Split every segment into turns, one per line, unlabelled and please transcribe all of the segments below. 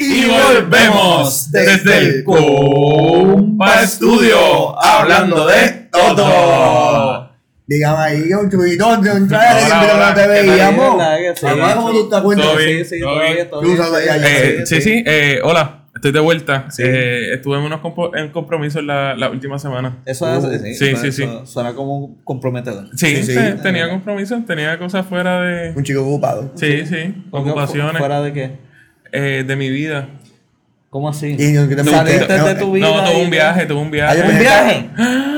Y volvemos desde el Compa Estudio hablando de todo.
Digamos ahí, un chubitón de un traje
Hola,
pero
hola,
no te
¿qué tal?
veíamos.
Sí,
Mamá, ¿cómo tú te
Todo
acuerdas?
bien.
Sí, sí, todo bien, todo
Tú
bien.
sabes, ya, ya,
Eh, sí, sí, eh, hola, estoy de vuelta.
Sí.
Eh, estuve en unos compro- en compromisos la, la última semana.
Eso es,
Uh,
sí,
sí,
eso-
sí, sí.
eso Suena como un comprometedor.
Sí,
Sí, sí.
te- tenía compromisos, tenía cosas fuera de...
Un chico ocupado.
Sí, sí, ocupaciones
¿Fuera de qué?
eh, de mi vida.
¿Cómo así?
Y no, que te
Tú
sale-
saliste
no,
de
eh,
tu vida.
No, tuve
y-
un viaje, tuve un
Ah, yo
viaje.
¿Un viaje?
Ah,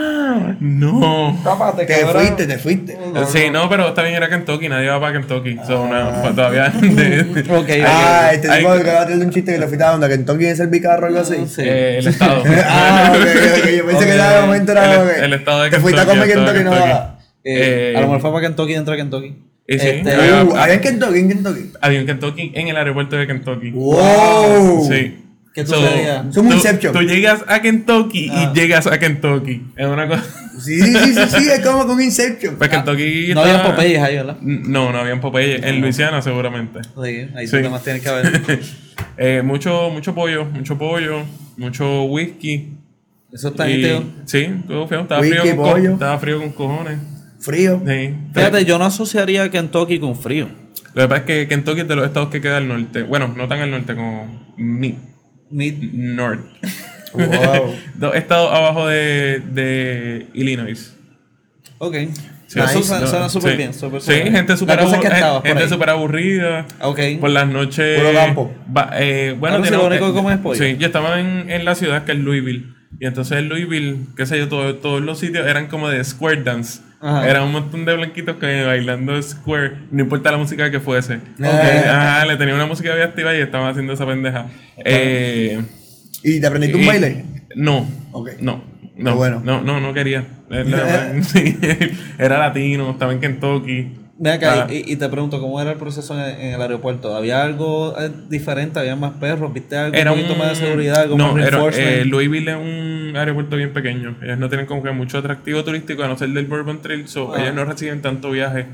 No.
Tápate,
Te
cabrón.
fuiste, te fuiste.
Sí, no, pero está bien, era Kentucky, nadie va para Kentucky. So, no, todavía. de-
Ok, ok.
Ah, este
Ay,
tipo
ay.
que va a tener un chiste que te fuiste a onda, que entonces quién es el bicarro o algo así.
Sí.
eh, el estado.
Ah, ok, ok, yo pensé que era de momento era
El-
ok.
el estado de
Te fuiste a
Kentucky,
comer
el
Kentucky,
estado de
no
Kentucky.
va.
Eh,
eh,
a lo mejor fue para Kentucky, entra a Kentucky.
Y sí,
Este,
eh,
Uh, había en Kentucky, en Kentucky.
Había un Kentucky en el aeropuerto de Kentucky.
Uh, Wow.
Sí.
¿Qué
So,
sucedía?
Es un
tú-
Inception.
Tú llegas a Kentucky
Ah.
y llegas a Kentucky. Es una cosa.
Sí, sí, sí, sí, sí, es como con Inception.
Pues Kentucky.
no había
estaba-
Popeyes ahí, ¿verdad?
No, no había en Popeye. En Luisiana, seguramente.
Sí, ahí
Sí.
sí. más tienes que haber.
Eh, mucho, mucho pollo, mucho pollo, mucho whisky.
Eso está
Y-
nítido.
Sí, estuvo feo. Estaba
Whisky,
frío, con, co-
pollo.
estaba frío con cojones.
Frío.
Sí.
Fíjate, yo no asociaría Kentucky con frío.
Lo que pasa es que Kentucky es de los estados que queda al norte. Bueno, no tan al norte como mid
Mid-
north.
Wow.
Dos estados abajo de, de Illinois.
Ok.
Sí.
Eso
Nice.
su- suena
Sí.
súper bien. súper,
Sí,
súper bien.
gente súper
La cosa es que
abu-
estabas por
gente
ahí.
súper aburrida.
eh, Ok.
Por las noches.
Puro campo.
va- eh, bueno,
Ahora sí,
tenemos-
lo único que comes es pollo.
Sí, yo estaba en, en la ciudad que es Louisville. Y entonces en Louisville, qué sé yo, todo- todos los sitios eran como de square dance.
Ajá.
Era un montón de blanquitos que bailando square, no importa la música que fuese.
Ah.
Eh, ajá, le tenía una música bien activa y estaban haciendo esa pendeja. Eh,
¿Y te aprendiste
y-
un baile?
Eh, No.
Ok.
No.
Qué
No,
bueno.
no, no, no quería. Eh, la- sí, era latino, estaba en Kentucky.
Ven acá,
Ah.
y, y te pregunto, ¿cómo era el proceso en, en el aeropuerto? ¿Había algo eh, diferente? ¿Había más perros? ¿Viste algo
Era
un poquito más de seguridad? ¿Algo
no,
más
era,
reinforcement?
eh, Louisville es un aeropuerto bien pequeño. Ellos no tienen como que mucho atractivo turístico a no ser del Bourbon Trail, so
Ah.
ellos no reciben tanto viaje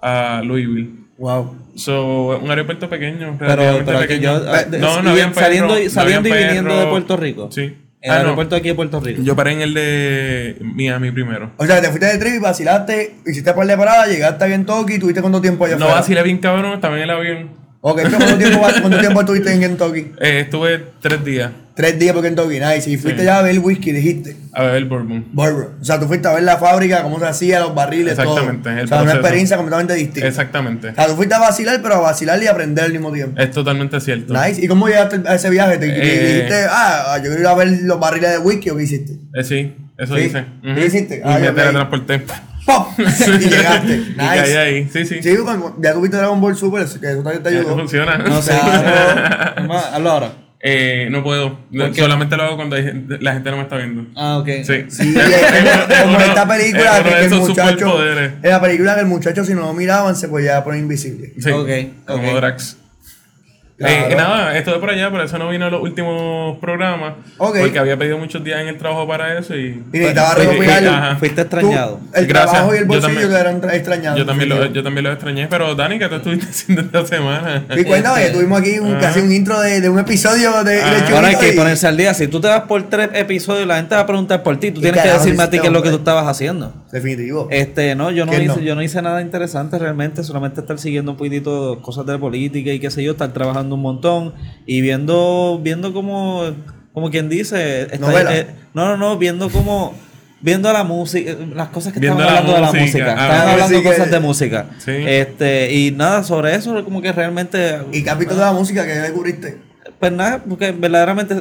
a Louisville.
Wow.
So, un aeropuerto pequeño,
pero,
relativamente
pero aquí yo,
pequeño.
ah, de-
no, no
y
habían
saliendo,
perro,
y,
no
saliendo y
habían
viniendo de
perro.
Puerto Rico.
Sí.
El
Ah, no.
aeropuerto aquí de Puerto Rico.
Yo paré en el de Miami primero.
O sea, te fuiste de trip, vacilaste, hiciste par de paradas, llegaste a Kentucky, ¿tuviste cuánto tiempo allá
No
afuera?
vacilé bien cabrón, estaba en el avión.
Ok, ¿tú ¿cuánto tiempo, ¿cuánto tiempo estuviste en Kentucky?
Eh, estuve tres días
Tres días por Kentucky, nice. Y fuiste
Sí.
ya a ver el whisky, dijiste.
a beber bourbon.
Bourbon. O sea, tú fuiste a ver la fábrica, cómo se hacía, los barriles,
Exactamente,
todo.
el
o sea, una
proceso.
experiencia completamente distinta.
Exactamente.
O sea, tú fuiste a vacilar, pero a vacilar y aprender al mismo tiempo.
Es totalmente cierto.
Nice. ¿Y cómo llegaste a ese viaje? ¿Te, te-
Eh.
dijiste, ah, yo quiero ir a ver los barriles de whisky o qué hiciste?
Eh, sí, eso
Sí.
dice.
¿Qué hiciste?
Y
Ah,
me
ya, ok.
teletransporté.
¡Pop! y llegaste.
Y caí
Nice.
ahí. Sí, sí.
Sí, cuando- ya tuviste Dragon Ball Super, eso- que eso también te
Eh,
ayudó.
funciona.
no sé.
Claro.
hazlo- más, hazlo ahora.
Eh, no puedo.
¿Por qué?
Solamente lo hago cuando hay gente- la gente no me está viendo.
Ah, ok.
Sí.
Sí, es
Es uno-
como, como
es
esta
uno-
película
es
que,
uno de
que el
esos
muchacho.
superpoderes.
En la película que el muchacho, si no lo miraban, se podía poner invisible.
Sí,
Ok,
como
ok.
Drax.
Claro.
Eh, nada, estuve por allá, por eso no vino a los últimos programas.
Ok.
Porque había pedido muchos días en el trabajo para eso y.
Y necesitaba
Pues,
recopilarlo.
eh, ajá.
Fuiste
Tú,
extrañado.
el
Gracias.
trabajo y el
Yo
bolsillo
también-
te eran tra- extrañados.
Yo también, lo,
definitivamente.
yo también lo extrañé, pero Dani, ¿qué te estuviste haciendo esta semana?
Y cuéntame, que tuvimos aquí un, casi un intro de, de un episodio de, de
Ah.
Chulito
Este- Ahora hay que
y-
ponerse al día. Si tú te vas por tres episodios, la gente va a preguntar por ti. Tú
¿Qué
tienes que
carajo
decirme a ti
hiciste,
qué es lo que tú
hombre?
estabas haciendo.
Definitivo.
Este, no, yo no,
¿Quién
hice,
no?
yo no hice nada interesante realmente, solamente estar siguiendo un poquitito cosas de política y qué sé yo, estar trabajando un montón y viendo, viendo como, como quien dice, esta-
Novela.
eh, no, no, no, viendo como, viendo la música, eh, las cosas que
Viendo
estaban
la
hablando de la
música.
música,
Ah,
estaban
sí
hablando
que-
cosas de música,
Sí.
este, y nada, sobre eso, como que realmente,
¿Y qué has visto de la música que descubriste?
pues nada, porque verdaderamente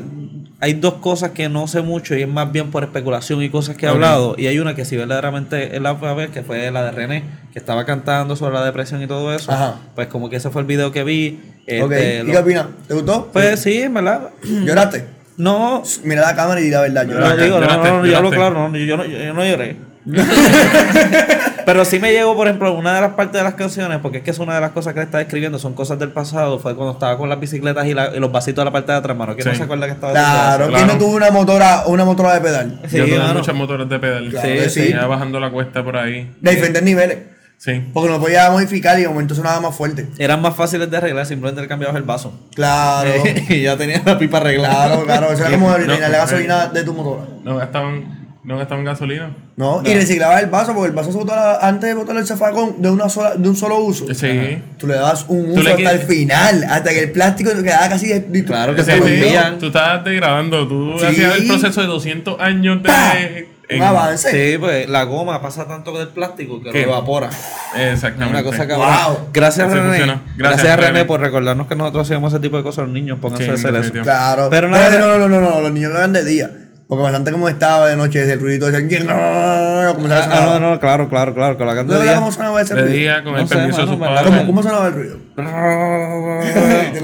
hay dos cosas que no sé mucho y es más bien por especulación y cosas que he
Ok.
hablado. Y hay una que sí verdaderamente es la fue a ver, que fue la de René, que estaba cantando sobre la depresión y todo eso.
Ajá.
Pues como que ese fue el video que vi. este,
Ok, ¿Y
lo-
qué opinas? ¿Te gustó?
pues sí, en verdad.
¿Lloraste?
No,
Mira la cámara y di la verdad,
no
lloraste.
digo, no, no,
lloraste,
no, yo hablo
lloraste.
claro, no, yo, no, yo no lloré. Pero sí me llegó, por ejemplo, una de las partes de las canciones, porque es que es una de las cosas que le está escribiendo, son cosas del pasado, fue cuando estaba con las bicicletas y, la- y los vasitos de la parte de atrás, mano. que no
Sí.
se acuerda que estaba haciendo eso?
Claro, ¿quién no
Claro.
tuvo una motora, una motora de pedal?
Sí,
yo tuve
mano.
muchas motoras de pedal.
Claro
Sí,
que sí.
Ya bajando la cuesta por ahí.
De diferentes niveles.
Sí.
Porque no podía modificar y de momento sonaba más fuerte.
Eran más fáciles de arreglar, simplemente le cambiabas el vaso.
Claro,
y ya tenías la pipa arreglada.
claro, claro. Eso era como
No,
la la gasolina de tu motora.
No gastaban, no gastaban gasolina.
No, y reciclaba el vaso, porque el vaso se botaba antes de botar el zafacón de una sola, de un solo uso.
Sí.
Tú le dabas un
Tú
uso
le
hasta el
quieres-
final, hasta que el plástico quedaba casi de-
Claro que
O
se
sea,
Sí.
tú-
volvían.
Tú estabas degradando, tú
Sí.
hacías el proceso de 200 años
¡Pah!
de.
un
en-
avance.
Sí, pues la goma pasa tanto del plástico que
¿Qué?
lo evapora. Es
Exactamente.
una cosa que
Wow.
Gracias,
Así
René.
funciona.
Gracias,
Gracias,
René.
René.
por recordarnos que nosotros hacíamos ese tipo de cosas a los niños. Pónganse
Sí,
a hacer eso.
definitivo.
Claro.
Pero
Pero
nada-
no, no, no, no, no, los niños lo eran de día. Porque bastante como estaba de noche, ese ruidito, ese. Como
Ah, ah, no, no, claro, claro, claro. Que lo hagan de día.
¿Cómo sonaba ese
De
ruido?
día, con
No
el
sé,
permiso de sus
mano,
padres.
¿Cómo, cómo sonaba el ruido?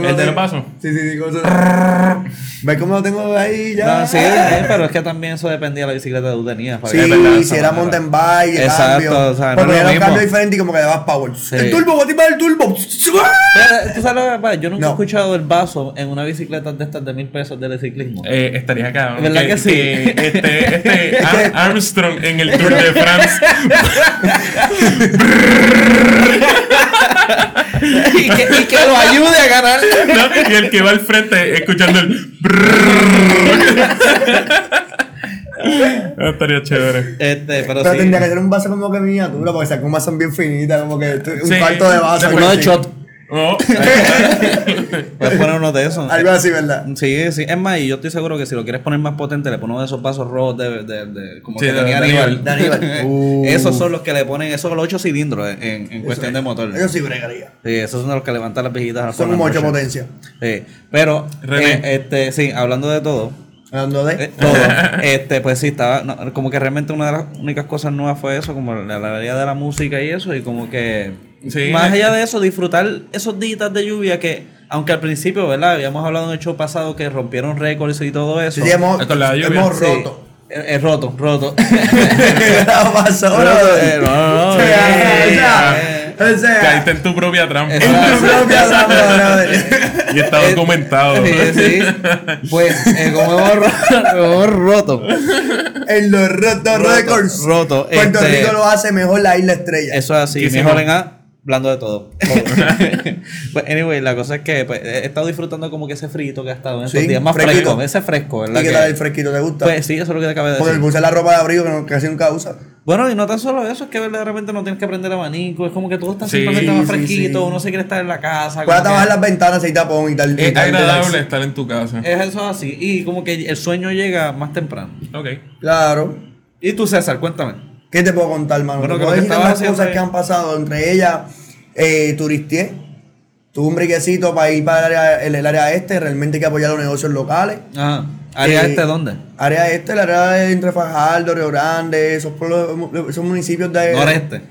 ¿El del vaso?
Sí, sí, sí. ¿cómo sonaba? ¿Ves cómo lo tengo ahí ya?
No, sí, eh, pero es que también eso dependía de la bicicleta que tú tenías. para
Sí,
que te pegaras de esa
si era
manera.
mountain bike, de
Exacto,
cambio.
o sea, no
porque
es lo
era un
mismo.
cambio diferente y como que le dabas power.
Sí.
El turbo, voy a tirar el turbo.
Pero, ¿Tú sabes lo que pasa? Yo nunca he
No.
escuchado el vaso en una bicicleta de estas de mil pesos de ciclismo.
Eh, estaría acá. ¿no?
¿Verdad que
este
sí?
este Ar- Armstrong en el Tour de France.
y, que, y que lo ayude a ganar.
¿no? Y el que va al frente escuchando el. Ah, estaría chévere.
Este, pero,
Pero
sí.
tendría que ser un vaso como que miniatura, porque esas comas son bien finitas, como que tú- un
Sí.
cuarto de vaso.
Uno
algo
de
así.
shot.
Oh.
Puedes poner uno de esos.
Algo así, ¿verdad?
Sí, sí. Es más, y yo estoy seguro que si lo quieres poner más potente, le pones uno de esos vasos rojos de, de, de- como
Sí,
que
de-
tenía
de
Aníbal. Eh,
De Aníbal. Uh.
Esos son los que le ponen, esos son los ocho cilindros en, en- en cuestión de motor.
Eso sí bregaría.
Sí, esos son los que levantan las vejitas. al
Son
por la
como ocho
noche.
potencias.
Sí, pero
René.
eh, este, sí, hablando de todo,
Hablando
eh,
de.
todo, este, pues sí, estaba, no, como que realmente una de las únicas cosas nuevas fue eso, como la la realidad de la música y eso, y como que
Sí.
más allá de eso, disfrutar esos días de lluvia que, aunque al principio, ¿verdad? Habíamos hablado en el show pasado que rompieron récords y todo eso.
Sí, sí, hemos,
Con la lluvia.
hemos
Sí.
roto.
Eh, eh, roto, roto.
Ha pasado,
Roto,
brother.
eh, no, no, no,
O sea,
eh,
o
eh.
sea, o sea,
Caíste en tu propia trampa.
en tu
Exacto.
propia trampa, brother.
Y está
Eh,
documentado.
Sí, sí. Pues, eh, como hemos roto, hemos roto.
En los rotos
Roto,
records.
roto,
Puerto
este-
Rico lo hace mejor la isla estrella.
Eso es así,
¿Qué
mi
hicimos?
joven A, hablando de todo. pues, anyway, la cosa es que pues, he estado disfrutando como que ese frito que ha estado en estos
Sí,
días. Más
fresquito.
fresco, ese fresco,
¿Y
¿verdad?
qué
que-
tal el fresquito? ¿Te gusta?
pues sí, Ah, eso es lo que te acabé de
Porque el
decir.
puse la ropa de abrigo que no- casi nunca usa.
Bueno, y no tan solo eso, es que verdaderamente no tienes que prender abanico, es como que todo está
Sí,
simplemente más
sí,
fresquito,
sí.
uno se quiere estar en la casa. como
Cuando
que-
bajar las ventanas y tapón y tal. y
Es
tal,
agradable
relax.
estar en tu casa.
Es eso así, y como que el sueño llega más temprano.
Ok.
Claro.
Y tú, César, cuéntame.
¿Qué te puedo contar, mano?
Bueno,
Bueno,
que lo
que
que
dijiste
estabas
más
haciendo
cosas
ahí.
que han pasado. Entre ellas, eh, turisteé. Tuve un briquecito para ir para el área, el, el área este. Realmente hay que apoyar los negocios locales.
Ajá. ¿Área
Eh,
este dónde?
Área este, la área de entre Fajardo, Río Grande, esos, pueblos- esos municipios de...
Noreste.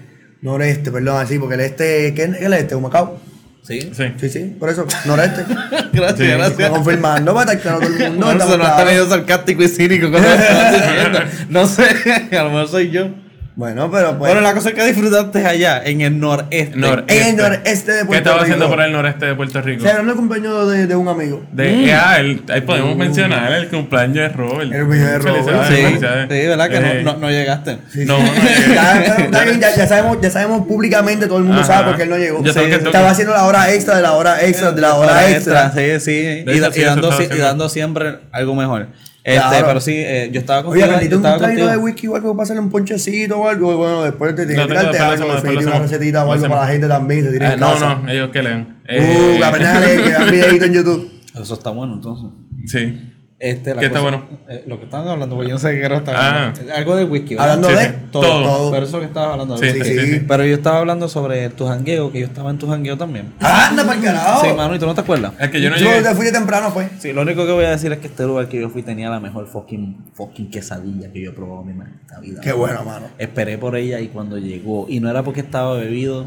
Noreste, perdón, así, porque el este... ¿Qué es el este? Humacao.
Sí.
Sí.
Sí, sí, por eso, noreste.
Gracias,
Sí.
Está
gracias.
confirmando para estar claro todo el mundo.
No, no,
estamos
se nos está
claros.
medio sarcástico y cínico con lo que estás diciendo. No sé, a lo mejor soy yo.
Bueno, pero pues...
Bueno, la cosa es que disfrutaste allá, en el noreste.
Nor-
en el
este.
noreste de Puerto Rico.
¿Qué estaba haciendo por el noreste de Puerto Rico?
Celebrando el cumpleaños de, de un amigo.
De, eh, ah, el- ahí podemos mencionar el cumpleaños de Robert.
El cumpleaños de Robert.
Felicidades,
sí, sí,
felicidades.
¿verdad? Que
Eh,
no, no, no llegaste.
No, no llegué.
Ya, está bien, ya- ya sabemos, ya sabemos públicamente, todo el mundo
Ajá.
sabe por qué él no llegó.
Ya sabes que-
Estaba haciendo la hora extra de la hora extra de la hora extra.
Sí, sí.
De
Y,
eso
da-
sí,
y
eso
dando,
estaba
si- y
haciendo.
dando siempre algo mejor. Este,
Claro.
Pero sí, eh, yo estaba
Oye,
contigo.
Carlito,
yo
un
estaba
traguito de
contigo.
whisky o algo para hacerle un ponchecito o algo. Y Bueno, después te tienes
No,
que
tengo
tirarte
después lo
algo,
hacemos, después lo
definitivo, una
hacemos.
recetita o
Lo
algo para la
hacemos.
gente también. Se tira
Ah,
en
no,
casa.
no, ellos que leen. Eh,
Uh, apenas le que vean videito en YouTube.
Eso está bueno, entonces.
Sí.
Este, la
¿Qué está
cosa-
bueno?
eh, lo que estaban hablando, porque yo no sé qué era.
Ah.
Algo de whisky. ¿verdad?
Hablando
Sí,
de
sí.
todo,
Todo.
todo.
Pero eso que estabas hablando.
Sí,
sí,
sí,
sí.
sí.
Pero yo estaba hablando sobre tu jangueo, que yo estaba en tu jangueo también.
¡Ah, Anda para el carajo.
Sí, mano, y tú no te acuerdas.
Es que yo
yo
no llegué.
te fuiste temprano, pues.
Ah, oh. Sí, lo único que voy a decir es que este lugar que yo fui tenía la mejor fucking, fucking quesadilla que yo he probado en mi maldita vida.
Qué bueno, mano.
Esperé por ella y cuando llegó, y no era porque estaba bebido,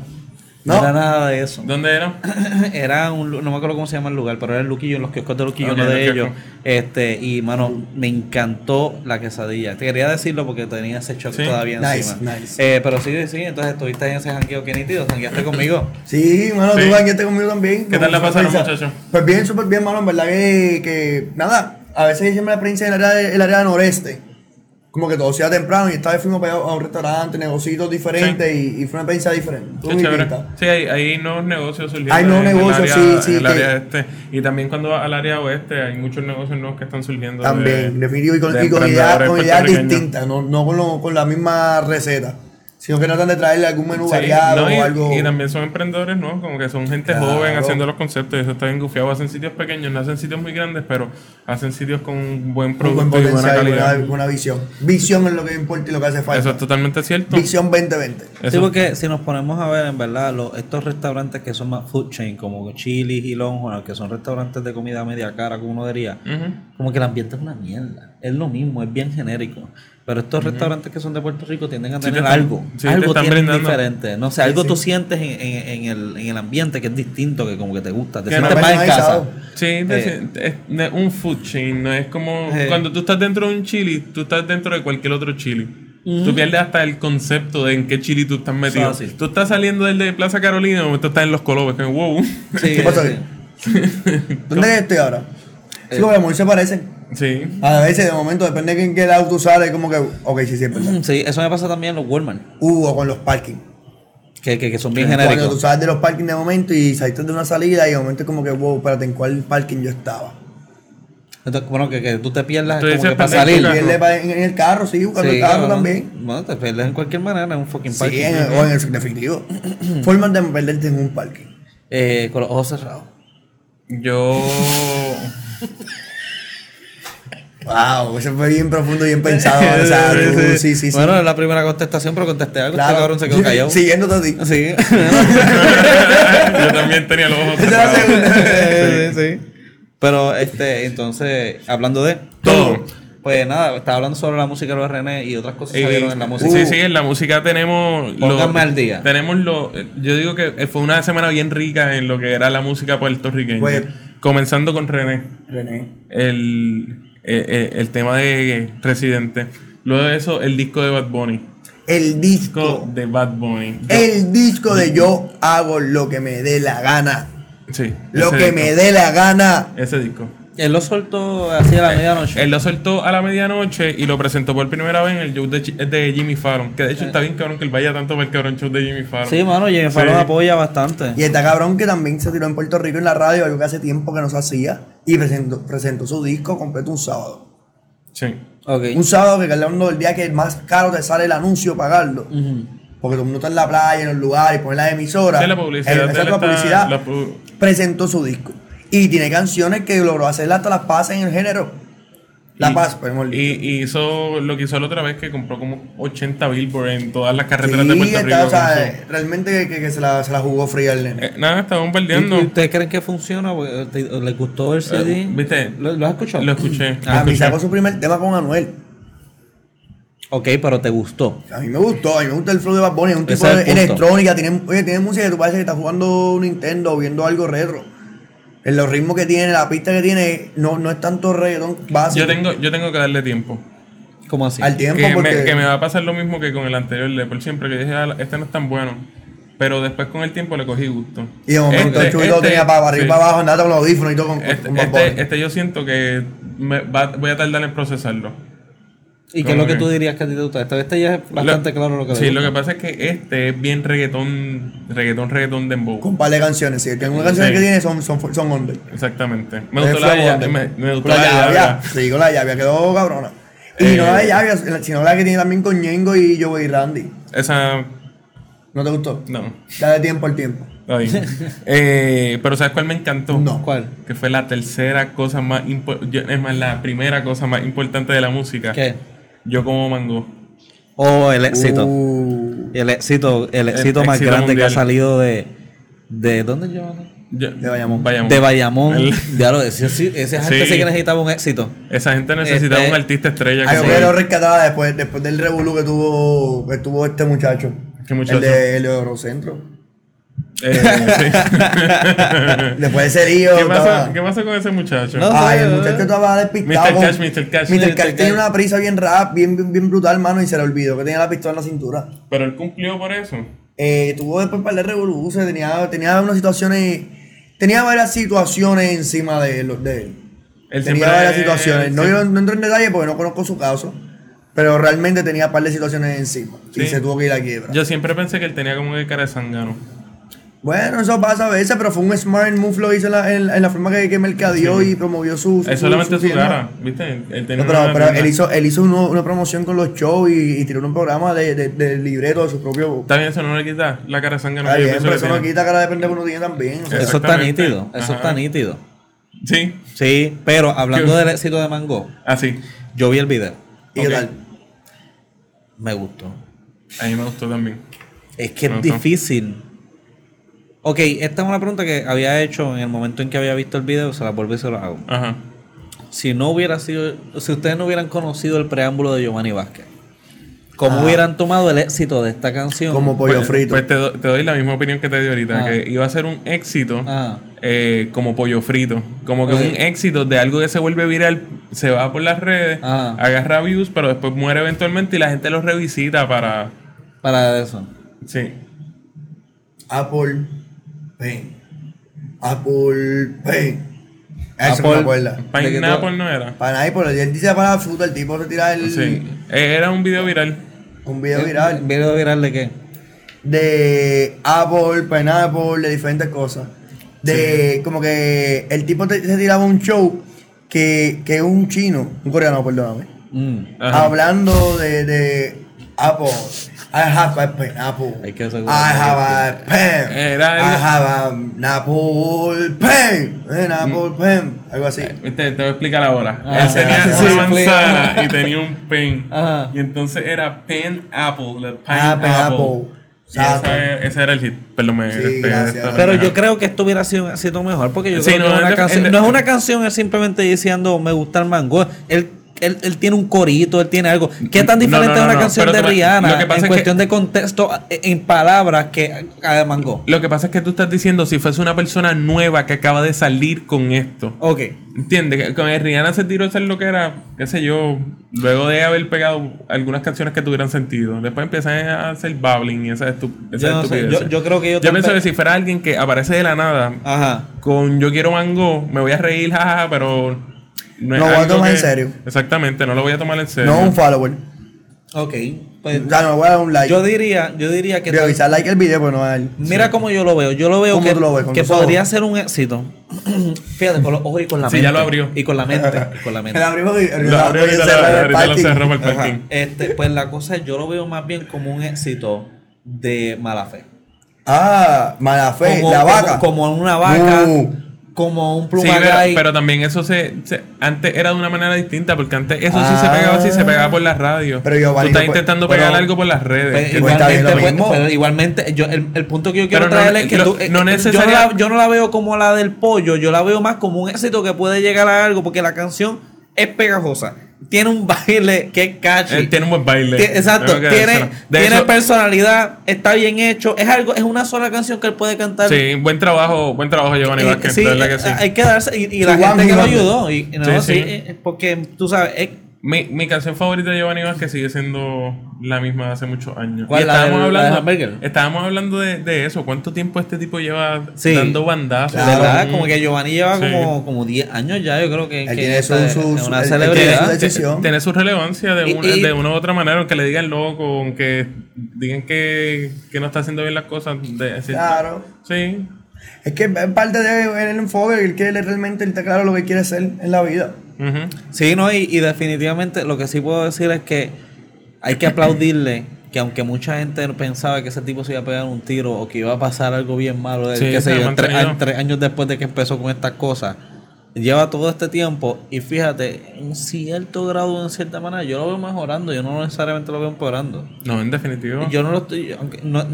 no,
No.
era nada de eso.
¿Dónde era?
Era un, lu- no me acuerdo cómo se llama el lugar, pero era el Luquillo, en los kioscos de Luquillo,
Ok,
uno de
los
ellos.
kioscos.
Este, y mano, me encantó la quesadilla. Te quería decirlo porque tenía ese shock
Sí.
todavía
Nice,
encima.
nice.
Eh, pero sí, sí, entonces estuviste en ese jangueo que nítido, jangueaste conmigo.
Sí, mano,
Sí.
tú bañaste conmigo también.
¿Qué tal la
Como
pasaron,
sorpresa.
muchachos?
Pues bien, súper bien, mano. En verdad que, que, nada, a veces siempre la prensa del área, de- el área noreste. como que todo sea temprano y esta vez fuimos para allá a un restaurante, negocios diferentes y, y fue una experiencia diferente. Estuvo
Qué
muy
chévere.
distinta.
Sí, hay, hay nuevos negocios surgiendo.
Hay nuevos
en el
negocios,
área-
sí, sí,
en el
que-
área este. Y también cuando vas al área oeste, hay muchos negocios nuevos que están surgiendo. de-
También, definitivo, y con,
de
y con ideas,
emprendedores
con ideas
puertorriqueños.
distintas, no, no con, lo- con la misma receta, sino que tratan de traerle algún menú
Sí,
variado
no, y,
o algo.
y también son emprendedores, ¿no? Como que son gente
Claro.
joven haciendo los conceptos y eso está bien gufiado. Hacen sitios pequeños, no hacen sitios muy grandes, pero hacen sitios con un buen
con
producto
buen
y buena
potencial y
calidad.
buena, buena visión. Visión es lo que importa y lo que hace falta.
Eso es totalmente cierto.
Visión 2020.
Eso-
Sí, porque si nos ponemos a ver, en verdad, los, estos restaurantes que son más food chain, como Chili's y Longhorn, que son restaurantes de comida media cara, como uno diría,
Ujú.
como que el ambiente es una mierda. Es lo mismo, es bien genérico. Pero estos restaurantes que son de Puerto Rico tienden a
Sí, te
tener
están-
algo.
sí, te
algo
están
tienen
brindando.
diferente. No sé,
Sí,
algo
sí.
tú sientes en, en- en el, en el ambiente que es distinto, que como que te gusta. Te
Que
sientes
no
más en
personalizado.
casa.
Sí, te
Eh.
sientes- es no es un food chain, no es como
Eh.
cuando tú estás dentro de un chili, tú estás dentro de cualquier otro chili. Tú pierdes hasta el concepto de en qué chili tú estás metido.
Fácil.
Tú estás saliendo del de Plaza Carolina y de momento estás en los colores, que wow.
Sí,
¿Qué pasa
sí.
aquí? ¿Dónde estoy ahora? Sí, porque a lo mejor se parecen.
sí.
A veces, de momento, depende de en qué lado tú sales, como que, ok, sí, sí, es verdad.
Sí, eso me pasa también en los Walmart,
Uh, o con los parkings.
que, que, que son bien
Cuando tú
genéricos.
sales de los parkings de momento y saliste de una salida y de momento es como que, wow, espérate, ¿en cuál parking yo estaba?
Entonces, bueno, que, que tú te pierdas
Tú
como
dices
que
pendejo,
para salir.
Y
Claro.
él le va en, en el carro, sí, buscando el
Sí,
carro
cabrón.
también.
Bueno, te pierdes en cualquier manera, en un fucking parking.
Sí, en el- o en el definitivo. Formas de perderte en un parking.
Eh, con los ojos cerrados.
Yo.
Wow, eso fue bien profundo, bien pensado. o sea, tú- sí, sí, sí.
Bueno, es la primera contestación, pero contesté algo.
Claro.
Este cabrón se quedó callado.
Siguiéndote a ti.
Sí.
Yo también tenía los ojos
Esa es la
cerrados.
segunda.
sí, sí. Pero, este, entonces, hablando de
Todo.
Pues nada, estaba hablando sobre la música de los RN y otras cosas que
Eh,
salieron en la música.
Sí, sí, en la música tenemos. lo-
Pónganme al día.
Tenemos lo. Yo digo que fue una semana bien rica en lo que era la música puertorriqueña.
Pues-
comenzando con René.
René.
el, eh, eh, el tema de Residente. Luego de eso, el disco de Bad Bunny.
El
Disco
disco.
de Bad Bunny.
El disco de yo hago lo que me dé la gana.
Sí.
Lo
ese
que
disco.
me dé la gana.
Ese disco.
Él lo soltó así a la medianoche.
Él lo soltó a la medianoche y lo presentó por primera vez en el show de, Chi- de Jimmy Fallon. Que de hecho está bien cabrón que él vaya tanto para el cabrón show de Jimmy Fallon.
Sí, mano, Jimmy
Sí.
Fallon apoya bastante.
Y está cabrón que también se tiró en Puerto Rico en la radio, algo que hace tiempo que no se hacía. Y presentó, presentó su disco completo un sábado.
Sí.
Ok.
Un sábado que es el día que más caro te sale el anuncio pagarlo.
Mm.
Ujú.
Porque todo el mundo está en la playa, en los lugares, ponen las emisoras.
Sí, la publicidad.
El-
de él
exacto, la
está-
publicidad.
la pu-
Presentó su disco. Y tiene canciones que logró hacer hasta las pasas en el género. La
Y-
paz, pues, podemos
y, y hizo lo que hizo la otra vez que compró como 80 billboards en todas las carreteras de
Sí,
Puerto Rico.
está, o sea,
con
eh, realmente que, que se, la, se la jugó fría el
su-
nene.
Eh, nada, estaban
¿Y-
perdiendo.
y ¿Ustedes creen que funciona? Porque, ¿te- ¿Les gustó el CD?
Eh, ¿Viste?
¿Lo, lo has escuchado?
Lo escuché. lo
a mí
escuché.
sacó Ah, su primer tema con Anuel.
Ok, pero te gustó.
A mí me gustó, a mí me gusta el flow de Bad Bunny, es un
Ese
tipo
es
de
el punto.
electrónica, tiene, oye, tiene música que tú parece que estás jugando Nintendo o viendo algo retro. En los ritmos que tiene, la pista que tiene, no, no es tanto reggaetón básico
Yo tengo, yo tengo que darle tiempo.
¿Cómo así?
al tiempo
Que
porque
me, que me va a pasar lo mismo que con el anterior de por siempre, que dije, "Ah, este no es tan bueno. Pero después con el tiempo le cogí gusto.
y de momento el chulito tenía para arriba y
este, sí.
para abajo, andaba con los audífonos y todo con,
Este,
con Bad
este-
Bunny.
este yo siento que me va- voy a tardar en procesarlo.
¿Y qué es lo que
Ok.
tú dirías que a ti te gusta? Este, este ya es bastante claro lo que
Sí,
le
lo
gusta.
que pasa es que este es bien reggaetón, reggaetón, reggaetón dembow.
Con un par de canciones, sí, que algunas canciones
Sí.
que tiene son, son, son under.
Exactamente. Me
Es
gustó la
flow
de ella-
under.
me, me gustó
Con la
la de ella,
llavia,
¿verdad? Eh,
sí, con la llavia, quedó cabrona. Y no la de llavia, sino la que tiene también con Ñengo y Joey Randy.
Esa,
¿No te gustó?
no.
Dale tiempo al tiempo.
Está bien. Eh, pero ¿sabes cuál me encantó?
No.
¿Cuál?
Que fue la tercera cosa más importante, es más, la primera cosa más importante de la música.
¿Qué?
Yo como mango.
Oh, el éxito.
Uh.
El éxito, el éxito
éxito
más grande que
mundial.
ha salido de. ¿De dónde yo?
Yo-
De Bayamón.
De Bayamón.
El-
Ya lo decía, sí, esa gente
Sí.
sí que necesitaba un éxito.
esa gente necesitaba
Este-
un artista estrella.
Ay, yo
como
creo que lo
él.
rescataba después, después del revolú que tuvo, que tuvo este muchacho.
¿Qué muchacho?
El de, el de Eurocentro.
Eh, sí.
Después de ese lío.
Eh. ¿Qué, pasa,
estaba-
¿Qué pasa con ese muchacho?
No.
Ay, el muchacho estaba despistado.
Mr.
con-
Cash, Mr. Cash. eh,
Mr.
Mr.
Cash tenía
Cash.
una prisa bien rap, bien, bien, bien brutal, mano, y se le olvidó que tenía la pistola en la cintura.
Pero él cumplió por eso.
Eh, tuvo después para el revolú, se tenía, tenía unas situaciones, tenía varias situaciones encima de, él- de él.
Él
tenía
siempre-
varias situaciones. No,
él
yo no entro en detalle porque no conozco su caso. Pero realmente tenía un par de situaciones encima. Y
Sí.
se tuvo que ir a quiebra.
Yo siempre pensé que él tenía como que cara de zángano.
Bueno, eso pasa a veces, pero fue un smart move lo hizo en la, en- en la forma que, que mercadeó y promovió su.
Es solamente su
tienda.
cara, ¿viste? Él, él tenía
No, pero,
una-
pero
una-
él hizo, él hizo uno- una promoción con los shows y, y tiró un programa de, de- de libreto de su propio.
Está bien, eso no le quita la cara de zángano
Está
que yo
bien,
pienso
pero
que
eso no
tiene.
quita cara de pendejo que uno tiene también. o sea,
Eso está
Exactamente.
nítido, eso
Ajá.
está nítido.
Sí,
Sí, pero hablando
¿Qué?
del éxito de Mango,
así.
yo vi el video,
¿Y qué
Ok.
tal?
me gustó.
A mí me gustó también.
Es que
Me
es
gustó.
difícil. Ok, esta es una pregunta que había hecho en el momento en que había visto el video, se la vuelvo y se la hago.
Ajá.
Si no hubiera sido, si ustedes no hubieran conocido el preámbulo de Giovanni Vázquez,
Ah.
¿cómo hubieran tomado el éxito de esta canción?
Como pollo
Pues-
frito.
Pues te, do- te doy la misma opinión que te di ahorita,
Ah.
que iba a ser un éxito
Ah,
eh, como pollo frito. Como que
Ok.
un éxito de algo que se vuelve viral, se va por las redes,
Ah.
agarra views, pero después muere eventualmente y la gente lo revisita para...
para eso.
Sí.
Apple Pen. Apple Pen. Eso no
Apple-
me acuerda.
Pineapple no era.
Para ahí, por él dice para la fruta, el tipo se tira el,
Sí. Eh, Era un video viral.
un
Eh,
Eh,
video viral
¿Video viral de qué?
de Apple, Pineapple, de diferentes cosas. De como que el tipo te- se tiraba un show que, que un chino, un coreano, perdóname,
Mm,
Ah.
Ajá.
hablando de, de Apple. I have a pineapple.
Hay que
I
asegurar
have a pen.
Era
I
el-
have an apple pen. An apple pen. Algo así.
Viste, te voy a explicar ahora.
Ah,
Él tenía
sí,
una
sí,
manzana
explica.
y tenía un pen.
Ajá.
Y entonces era pen apple, the pine
Ah,
apple.
pineapple.
Y esa- ese, era el hit. Perdón, me
Sí,
este,
gracias.
esta
Pero
pendeja.
yo creo que esto hubiera sido, sido mejor, porque yo
Sí,
creo
no,
que es una
en def-
canción-
en
no
def-
es una canción, es simplemente diciendo me gusta el mango. Él, él, él tiene un corito, él tiene algo. ¿Qué tan
No, no,
diferente es
no,
una
no,
canción
pero
de
te- lo
Rihanna
que
en
pasa es que-
cuestión de contexto, en- en palabras, que a de mango?
Lo que pasa es que tú estás diciendo si fuese una persona nueva que acaba de salir con esto.
Ok.
¿Entiendes? Que- Con el Rihanna se tiró a hacer lo que era, qué sé yo, luego de haber pegado algunas canciones que tuvieran sentido. Después empiezan a hacer babbling y esas estu esas
Yo, no sé,
estupideces.
yo, yo creo que yo
Yo pienso que
también-
si fuera alguien que aparece de la nada
Ajá.
con yo quiero mango, me voy a reír, jajaja, pero no
No voy a
algo
tomar en serio.
Exactamente, no lo voy a tomar en serio.
No un follower.
Ok. Pues,
O sea, no, voy a dar un like.
yo diría, yo diría que.
Revisar like el video, pero no a él.
Mira cómo yo lo veo. Yo lo veo
¿Cómo
que,
tú lo ves? ¿Con
que
tus ojos?
podría ser un éxito. Fíjate, con los ojos y con la
Sí,
mente.
ya lo abrió.
Y con la mente. Y con la mente.
El abrimos y
Lo abrió ahorita, lo- ahorita lo cerró para el
Ajá.
parking.
Este, pues la cosa es, yo lo veo más bien como un éxito de mala fe.
Ah, mala fe,
como,
la
como-
vaca.
Como, una vaca,
Uh.
como un
Sí,
pluma
pero,
guy.
pero también eso se, se- Antes era de una manera distinta, porque antes eso sí se
Ah.
pegaba así, se pegaba por las radios.
Pero yo,
Tú
Valino,
estás
pues,
intentando
pero-
pegar algo por las
Pero
redes.
pues, está bien
igualmente,
lo
pues,
mismo.
pero igualmente, yo, el, el punto que yo quiero
Pero no-
traer es que
lo-
tú, eh,
no
eh, yo, no
necesaria-
la, yo no la veo como la del pollo, yo la veo más como un éxito que puede llegar a algo, porque la canción es pegajosa, tiene un baile que es
Eh,
catchy.
Él tiene un buen baile.
Tie- pues, Exacto,
Tengo que
tiene,
decirlo. De
tiene
hecho,
personalidad, está bien hecho, es algo, es una sola canción que él puede cantar.
Sí, buen trabajo, buen trabajo, Giovanni
Eh,
Vázquez.
sí,
de verdad que sí.
eh, hay que darse, y, y la
Juan
gente que lo
Giraldo.
ayudó, y, y no,
Sí,
sí,
sí.
eh, porque tú sabes, eh,
Mi, mi canción favorita de Giovanni Vázquez sigue siendo la misma de hace muchos años.
¿Cuál?
Y
¿La
estábamos,
del- la de
hablando,
Hamburger?
estábamos hablando de, de eso. ¿Cuánto tiempo este tipo lleva
Sí.
dando bandazos?
Claro.
¿verdad?
Mm.
Como que Giovanni lleva
Sí.
como, como 10 años ya, yo creo que,
Él
que
tiene su-
esta es
su- su-
una
él- él tiene su
celebridad.
decisión.
Te- Tiene su relevancia de,
Y-
un-
y-
de una u otra manera, aunque le digan loco, aunque digan que, que no está haciendo bien las cosas. de- es decir,
Claro.
Sí.
Es que es parte de el enfoque, él quiere realmente él está claro lo que quiere hacer en la vida.
Ujú.
Sí, no, y, y definitivamente lo que sí puedo decir es que hay que aplaudirle que aunque mucha gente pensaba que ese tipo se iba a pegar un tiro o que iba a pasar algo bien malo, de él,
Sí,
qué sé
se ha
yo, tres,
mantenido.
a- tres años después de que empezó con estas cosas, lleva todo este tiempo y fíjate, en cierto grado, en cierta manera, yo lo veo mejorando, yo no necesariamente lo veo empeorando.
No, en definitivo.
Yo no lo estoy. aunque no-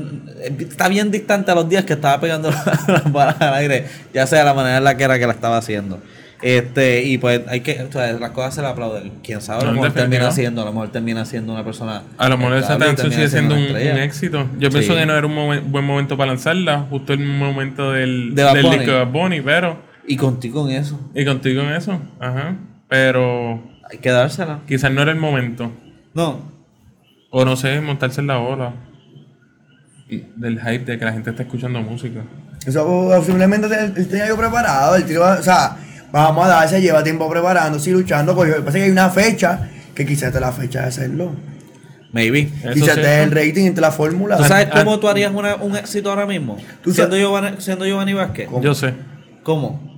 está bien distante a los días que estaba pegando las balas al aire, ya sea la manera en la que era que la estaba haciendo. Este, y pues hay que. o sea, las cosas se le aplauden. Quién sabe, a
No,
lo
en
mejor termina
definitiva.
siendo, a lo mejor termina siendo una persona.
A lo mejor esa
estable y
canción
termina
sigue siendo un,
una estrella.
un éxito. Yo pienso
Sí.
que no era un momen- buen momento para lanzarla, justo el momento del,
De Bad
del
Bunny.
disco de Bad Bunny, pero.
Y contigo en eso.
Y contigo en eso. Ajá. Pero
Hay que dársela.
quizás no era el momento.
No.
O no sé, montarse en la ola. Del hype de que la gente está escuchando música.
Eso simplemente él, él tenía algo preparado, el tiro, o sea, vamos a darse, lleva tiempo preparándose y luchando, porque lo que pasa es que hay una fecha que quizás te la fecha de hacerlo.
Maybe.
Eso
Quizás
sí.
te dé el rating entre la fórmula.
¿Tú sabes
ah,
cómo tú harías una- un éxito ahora mismo?
Tú
siendo,
sabes-
Giovanni, siendo Giovanni Vázquez.
¿Cómo?
Yo sé.
¿Cómo?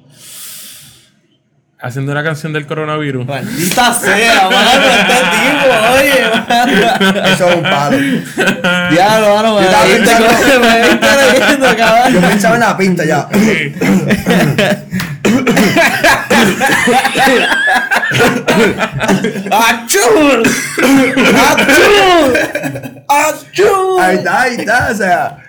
Haciendo una canción del coronavirus.
Maldita sea, mano, este tipo, oye, mano.
Eso es un palo. Yo
Diablo, mano, me
Yo estaba
viste
pensando-
me viste leyendo, cabrón.
pensaba en la pinta ya.
¡Achú! ¡Achú! ¡Achú!
Ahí está, ahí está. O sea,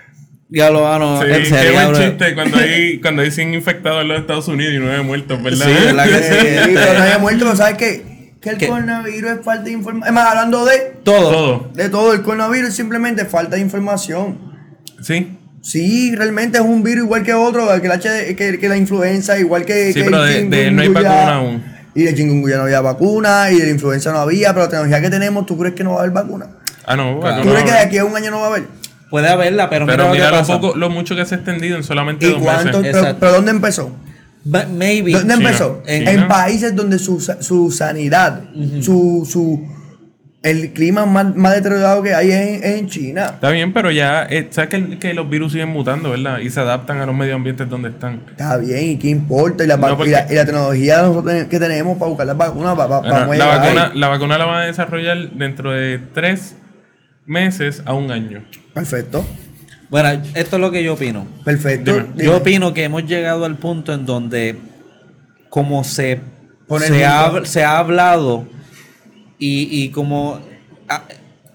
Diablo, mano,
Sí,
en
qué
serio,
buen
cabrón.
chiste cuando hay, cuando hay 100 infectados en los Estados Unidos y 9 muertos, ¿verdad?
Sí, ¿verdad que sí?
eh, pero no haya muerto, pero ¿sabes qué? Que el
¿Qué?
coronavirus es falta de información. Es más, hablando de,
Todo.
Todo.
de todo, el coronavirus simplemente falta de información.
Sí.
Sí, realmente es un virus igual que otro, que la, HD que, que la influenza, igual que.
Sí,
que el
pero de- de él no hay
chikungunya.
vacuna aún.
Y de chingunguya no había vacuna, y de la influenza no había, pero la tecnología que tenemos, ¿tú crees que no va a haber vacuna?
Ah, no.
Claro.
vacuna
¿Tú crees que
ahora.
de aquí a un año no va a haber?
Puede haberla, pero,
Pero mira
lo que
lo,
pasa.
poco, lo mucho que se ha extendido en solamente
¿Y
dos
cuánto?
meses.
Pero,
Exacto.
pero ¿dónde empezó?
But maybe.
¿Dónde
China.
empezó? En,
China.
países donde su, sa- su sanidad, su, su, el clima más, más deteriorado que hay es en, es en China.
Está bien, pero ya, eh, sabes que, que los virus siguen mutando, ¿verdad? Y se adaptan a los medio ambientes donde están.
Está bien, ¿y qué importa? Y la,
No,
pa- y la-
porque-
y la tecnología nosotros que tenemos para buscar las vacunas, va- va-
Ahora,
vamos a
la,
llegar
vacuna,
ahí.
la vacuna la van a desarrollar dentro de tres meses a un año.
Perfecto,
Bueno, esto es lo que yo opino.
perfecto.
Dime.
Dime.
Yo opino que hemos llegado al punto en donde, como se,
Pone
se,
el
ha,
mundo.
se ha hablado y, y como ah,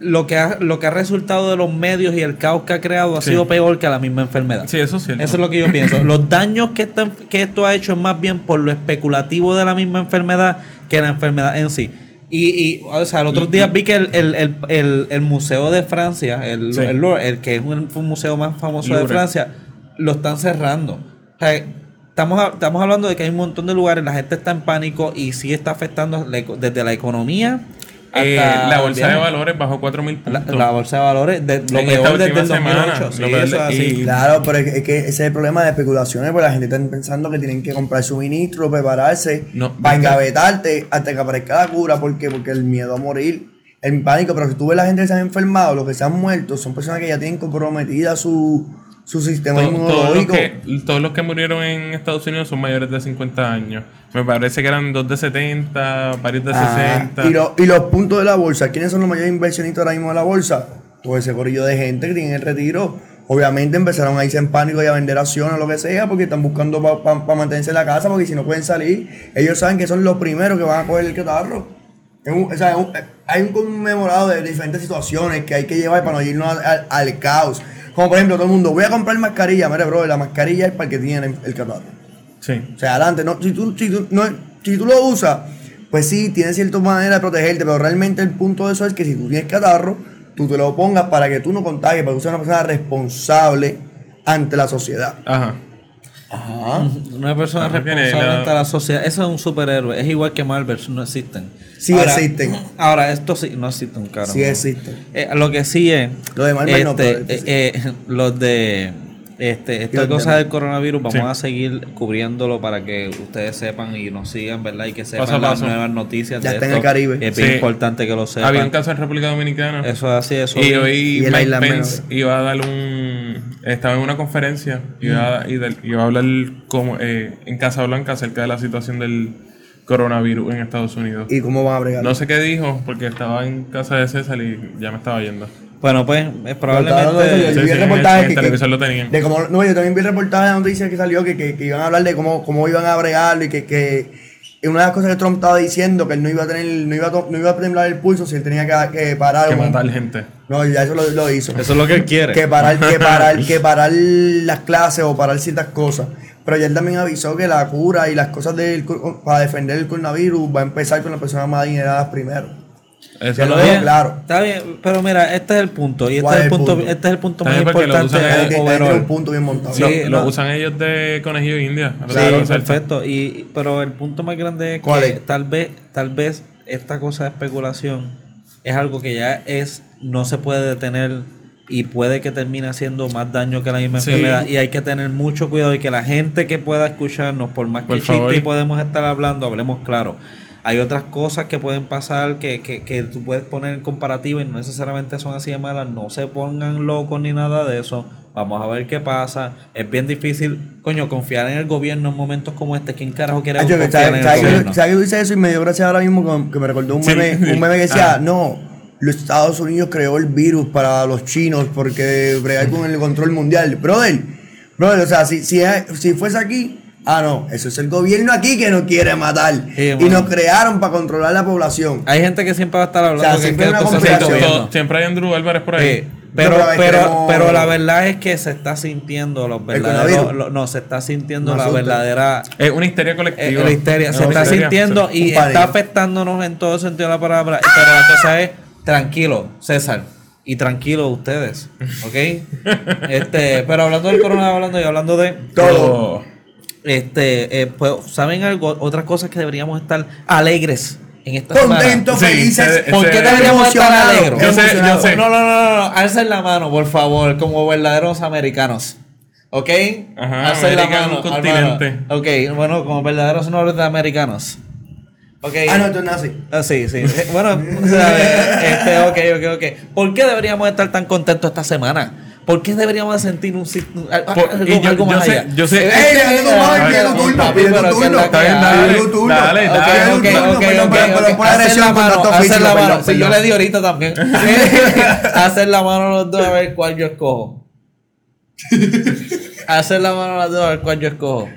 lo, que ha, lo que ha resultado de los medios y el caos que ha creado ha
Sí.
sido peor que la misma enfermedad.
Sí, eso es cierto.
Eso es lo que yo pienso. Los daños que, esta- que esto ha hecho es más bien por lo especulativo de la misma enfermedad que la enfermedad en sí. Y, y, o sea, el otro día vi que el, el- el- el- el Museo de Francia, el,
Sí.
el Louvre, el que es un, un museo más famoso de
Louvre.
Francia, lo están cerrando. O sea, estamos, a- estamos hablando de que hay un montón de lugares, la gente está en pánico y sí está afectando la eco- desde la economía.
Eh,
hasta
la bolsa de
el-
valores bajó 4 mil
La,
puntos.
la bolsa de valores, de, lo
En esta
peor desde
última
el
semana,
2008.
lo
sí,
peor
eso es
de-
así.
y-
Claro, pero es que, es que ese es el problema de especulaciones, porque la gente está pensando que tienen que comprar suministros, prepararse,
No,
para
¿viste?
engavetarte hasta que aparezca la cura, porque porque el miedo a morir, el pánico, pero si tú ves la gente que se ha enfermado, los que se han muerto, son personas que ya tienen comprometida su, su sistema
To- todos, los
inmunológico.
que, todos los que murieron en Estados Unidos son mayores de 50 años. Me parece que eran dos de 70, varios de
Ah,
60.
y, lo- y los puntos de la bolsa, ¿quiénes son los mayores inversionistas ahora mismo de la bolsa? Todo ese corillo de gente que tiene el retiro. Obviamente empezaron a irse en pánico y a vender acciones o lo que sea, porque están buscando para mantenerse en la casa, porque si no pueden salir, ellos saben que son los primeros que van a coger el catarro. Es un- o sea, es un- hay un conmemorado de diferentes situaciones que hay que llevar para no irnos al, al- al caos. Como por ejemplo, todo el mundo, voy a comprar mascarilla. Mire, bro, la mascarilla es para el que tiene el- el catarro.
Sí.
O sea, adelante. No, si, tú, si, tú, no, si tú lo usas, pues sí, tienes cierta manera de protegerte, pero realmente el punto de eso es que si tú tienes catarro, tú te lo pongas para que tú no contagies, para que tú seas una persona responsable ante la sociedad.
Ajá.
Ajá.
Una persona
Ah, no tiene
responsable
nada.
ante la sociedad. Eso es un superhéroe. Es igual que Marvel. No existen.
Sí existen.
Ahora, esto sí. No existen, carajo.
Sí existen.
Eh, lo que sí es.
Lo de Marvel no, pero
este,
esto sí.
eh, eh, Los de. Este, esta
los
cosa
demás.
del coronavirus, vamos
Sí.
a seguir cubriéndolo para que ustedes sepan y nos sigan, ¿verdad? Y que sepan
Paso a
las
paso.
nuevas noticias.
Ya
de
está en
esto.
el Caribe.
Es bien
Sí.
importante que lo
Había
sepan.
un caso en República Dominicana.
Eso es así, eso
Y
es-
hoy
Y el
Mike
Island
Pence iba a dar un. Estaba en una conferencia y iba,
Mm.
a- y del- iba a hablar como, eh, en Casa Blanca acerca de la situación del coronavirus en Estados Unidos.
¿Y cómo van a bregar?
No sé qué dijo porque estaba en casa de César y ya me estaba yendo.
Bueno, pues eh,
Contaron
probablemente.
eso, yo-
Sí,
vi
sí,
el
en el-
reportaje
en el
que-
televisor lo tenían.
De cómo- no, yo también vi el reportaje de noticias que salió que, que- que iban a hablar de cómo, cómo iban a bregarlo y que, que y una de las cosas que Trump estaba diciendo que él no iba a tener, no iba a, to- no iba a temblar el pulso si él tenía que, que parar.
Que
o-
matar gente.
No, ya eso lo, lo hizo.
Eso es lo que él quiere.
que parar, que parar, que parar las clases o parar ciertas cosas. Pero ya él también avisó que la cura y las cosas del, cor- para defender el coronavirus va a empezar con las personas más adineradas primero.
Eso
Ya
lo
lo
dijo.
veo claro.
Está bien, pero mira, este es el punto. Y este
¿Cuál
es
es
el
el
punto,
punto?
este es el punto más
También porque lo
importante
usan
Tiene que-
de
en-
tiene que tener un
Eh, overall.
punto bien montado.
Sí,
Lo- lo,
no.
usan ellos de conejillo india.
Sí,
Claro, o sea,
perfecto. Y, pero el punto más grande es
¿Cuál
que
es?
tal vez, tal vez esta cosa de especulación es algo que ya es, no se puede detener y puede que termine haciendo más daño que la misma
Sí.
enfermedad. Y hay que tener mucho cuidado y que la gente que pueda escucharnos, por más que
Por
chiste y
favor.
podemos estar hablando, hablemos claro. Hay otras cosas que pueden pasar que, que, que tú puedes poner en comparativa y no necesariamente son así de malas. No se pongan locos ni nada de eso. Vamos a ver qué pasa. Es bien difícil, coño, confiar en el gobierno en momentos como este. ¿Quién carajo quiere
Ah, yo que-
confiar en
¿Sabes
el
sabes que-
gobierno?
sabes que tú dices eso y me dio gracias ahora mismo con- que me recordó un
Sí.
meme, un meme que decía,
Ah.
no, los Estados Unidos creó el virus para los chinos porque bregar con el control mundial. Brother, brother, o sea, si, si, es- si fuese aquí, ah, no, eso es el gobierno aquí que nos quiere matar.
Sí, Ah,
y
mano.
nos crearon para controlar la población.
Hay gente que siempre va a estar hablando
O sea,
que-
siempre
que
una
esto se hace el
Siempre,
conspiración.
gobierno.
todo- siempre hay Andrew Álvarez por ahí.
Sí, pero,
No, pero
pero,
queremos-
pero la verdad es que se está sintiendo los verdaderos,
coronavirus.
lo- no, se está sintiendo
Me
la
asusta.
verdadera
Es una histeria
eh,
colectiva.
la histeria,
Es
se
una
está
histeria.
sintiendo y
Un pánico.
está afectándonos en todo sentido de la palabra, pero la cosa es tranquilo, César, y tranquilo ustedes, ¿ok? este, pero hablando del coronavirus, hablando y hablando de
Todo.
este, eh, pues, ¿saben algo? Otras cosas que deberíamos estar alegres en esta semana.
Contentos,
Sí,
felices.
se-
¿Por qué
Ese-
deberíamos estar
Emocionado.
alegres?
Yo sé, yo
Emocionado.
sé.
No, no, no, no, no. Alcen la mano, por favor, como verdaderos americanos. ¿Ok?
Ajá,
Alcen
América es un
hermano.
continente.
Ok, bueno, como verdaderos norteamericanos. Ok.
Ah, no, esto es nazi.
Ah, sí, sí. Eh, Bueno, o sea, este, ok, ok, ok. ¿Por qué deberíamos estar tan contentos esta semana? ¿Por qué deberíamos de sentir un sit- un- algo,
Por- y yo-
algo
yo
más
sé-
allá?
yo sé-
Eh,
Ey,
eh,
dale tu mano,
eh,
pide tu
eh,
turno,
papi,
pide tu
pero que
turno.
la
Está
bien,
que
dale,
hay.
Yo turno.
dale,
Ok,
dale,
ok,
turno,
ok,
perdón,
ok,
perdón,
ok.
perdón, por la
Hacer
agresión,
la
contacto
mano, hacer
físico,
la mano.
perdón,
Sí, yo
perdón.
le di ahorita también. Hacer la mano los dos a ver cuál yo escojo. Hacer la mano los dos a ver cuál yo escojo.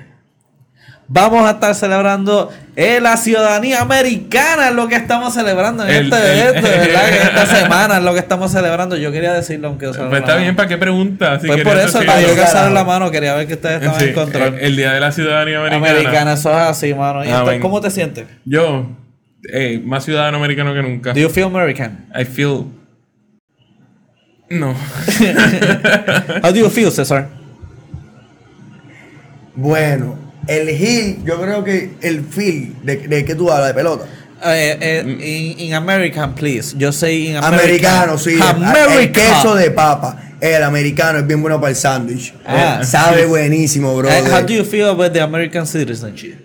Vamos a estar celebrando eh, la ciudadanía americana, es lo que estamos celebrando en
El-
este
el-
evento, ¿verdad? Que esta semana es lo que estamos celebrando. Yo quería decirlo, aunque
Pero
usaron la
Pues está
mano.
bien, ¿para qué pregunta? Si
Pues por
querías
eso,
decirlo.
para yo que
Claro.
alzaron la mano, quería ver que ustedes estaban
Sí,
en control.
el- El Día de la Ciudadanía Americana.
Americana, eso es así, mano. ¿Y
Ah,
entonces,
bueno.
cómo te sientes?
Yo, eh, más ciudadano americano que nunca.
Do you feel American?
I feel... No.
How do you feel, César?
Bueno, el heel, yo creo que el feel de, de que tú hablas de pelota.
Eh, eh, in, in American, please. Yo say in American.
Americano, sí. el- El,
America. Eh,
queso de papa. El americano es bien bueno para el sándwich.
Ah.
Eh, Sabe buenísimo, bro.
Eh, how do you feel about the American citizenship?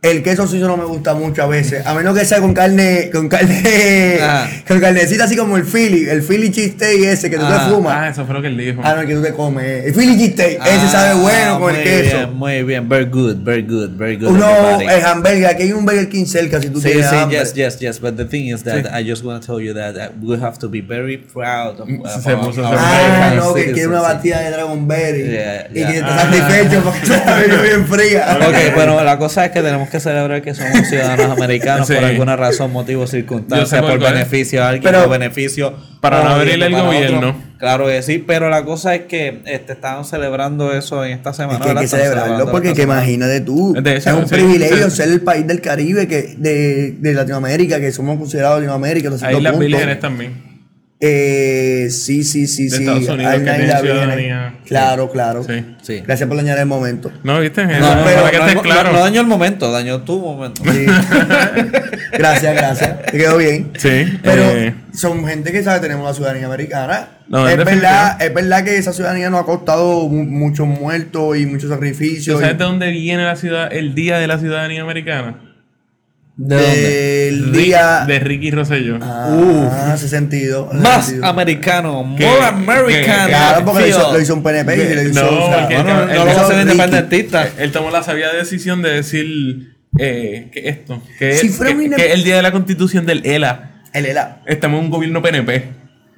El queso suizo no me gusta mucho a veces. A menos que sea con carne, con carne,
Ah.
con carnecita así como el Philly, el Philly cheesesteak ese que tú
Ah,
te
Ah,
fumas.
eso fue lo que él dijo.
Ah, no, el que tú te comes. eh. El Philly cheesesteak, ese
Ah,
sabe bueno con el
muy
queso.
Bien, muy bien, very good, very good, very good.
Uno,
everybody.
el hamburger, aquí hay un Burger King cerca si tú
Sí,
tienes
sí,
hambre.
yes, yes, yes. But the thing is that I just want to tell you that uh, we have to be very proud of,
Se
of
puso- se
our
Ah,
American
no, que quiere una
citizenship.
batida de Dragon Berry.
Yeah,
Y
yeah.
que está
Ah.
satisfecho porque está medio bien fría.
Ok, pues, bueno, la cosa es que tenemos que celebrar que somos ciudadanos americanos
Sí.
por alguna razón, motivo,
Yo sé
circunstancia,
por
por
cuál.
beneficio a alguien,
Pero-
por beneficio.
Para no
a alguien,
abrirle el
para
gobierno.
otro. Claro que sí, pero la cosa es que este, estaban celebrando eso en esta semana.
Es que hay
¿verdad?
que
Están
celebrarlo
celebrando
porque
esta
que
semana.
imagínate tú.
De hecho,
es un
sí,
privilegio
sí.
ser el país del Caribe que de, de Latinoamérica, que somos considerados Latinoamérica. hasta
Ahí
cierto
las
punto.
vírgenes también.
Eh, sí, sí, sí,
De
sí.
Estados Unidos,
hay
que
una
tienen
isla virgen.
ciudadanía.
Claro, claro.
Sí.
Sí.
Gracias por dañar el momento.
No, ¿viste?
No,
Era-
pero
para que
no,
estés
no-
claro.
no dañó el momento, dañó tu momento.
Sí. gracias, gracias. Te quedó bien.
sí.
Pero
eh,
son gente que sabe, tenemos la ciudadanía americana.
No,
es,
en
verdad, es verdad que esa ciudadanía nos ha costado mu- muchos muertos y muchos
¿tú
sacrificios.
sabes
y-
de dónde viene la ciudad, el Día de la Ciudadanía Americana?
¿De
del
Ri-
día.
De Ricky Rosselló.
Ah, ese sentido. ese
Más
sentido.
americano,
Que-
more American.
que-
Claro, porque lo hizo,
feel.
lo hizo un PNP y le hizo.
No,
o sea,
porque-
Bueno,
el-
no lo
el-
vamos a hacer
Ricky.
independentista.
Eh, Él tomó la sabia decisión de decir eh, que esto, que,
Si
es,
fuera
que-
un ine-
que es el día de la constitución del ELA,
el ELA.
estamos en un gobierno PNP.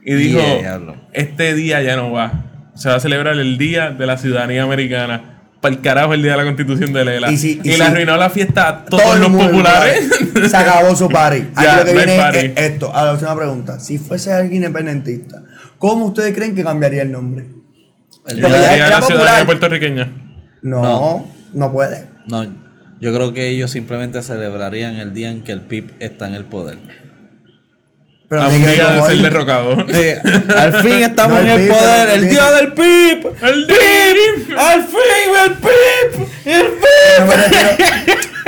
Y dijo,
diablo.
este día ya no va. Se va a celebrar el Día de la Ciudadanía Americana. Para el carajo el Día de la Constitución del ELA.
Y
Y,
si- y
le
si-
arruinó la fiesta a todos
Todo el
los
mundo,
populares.
¿vale? Se acabó su party. Aquí
Ya,
lo que
no hay
viene
party.
es e-, esto. A la última pregunta. Si fuese alguien independentista, ¿cómo ustedes creen que cambiaría el nombre?
El
El
Porque Eh, ya
Día
era
de la Ciudadanía
popular.
Puertorriqueña.
No, no,
No.
puede.
No, yo creo que ellos simplemente celebrarían el día en que el PIB está en el poder.
Pero
a
no
un
tiene que
día de
como
ser
él.
derrocado.
al fin estamos
No, el
en el
PIB,
poder,
no, el
el
PIB.
día del PIB.
¡El día!
Al fin el PIB, el PIB.
No me, refiero-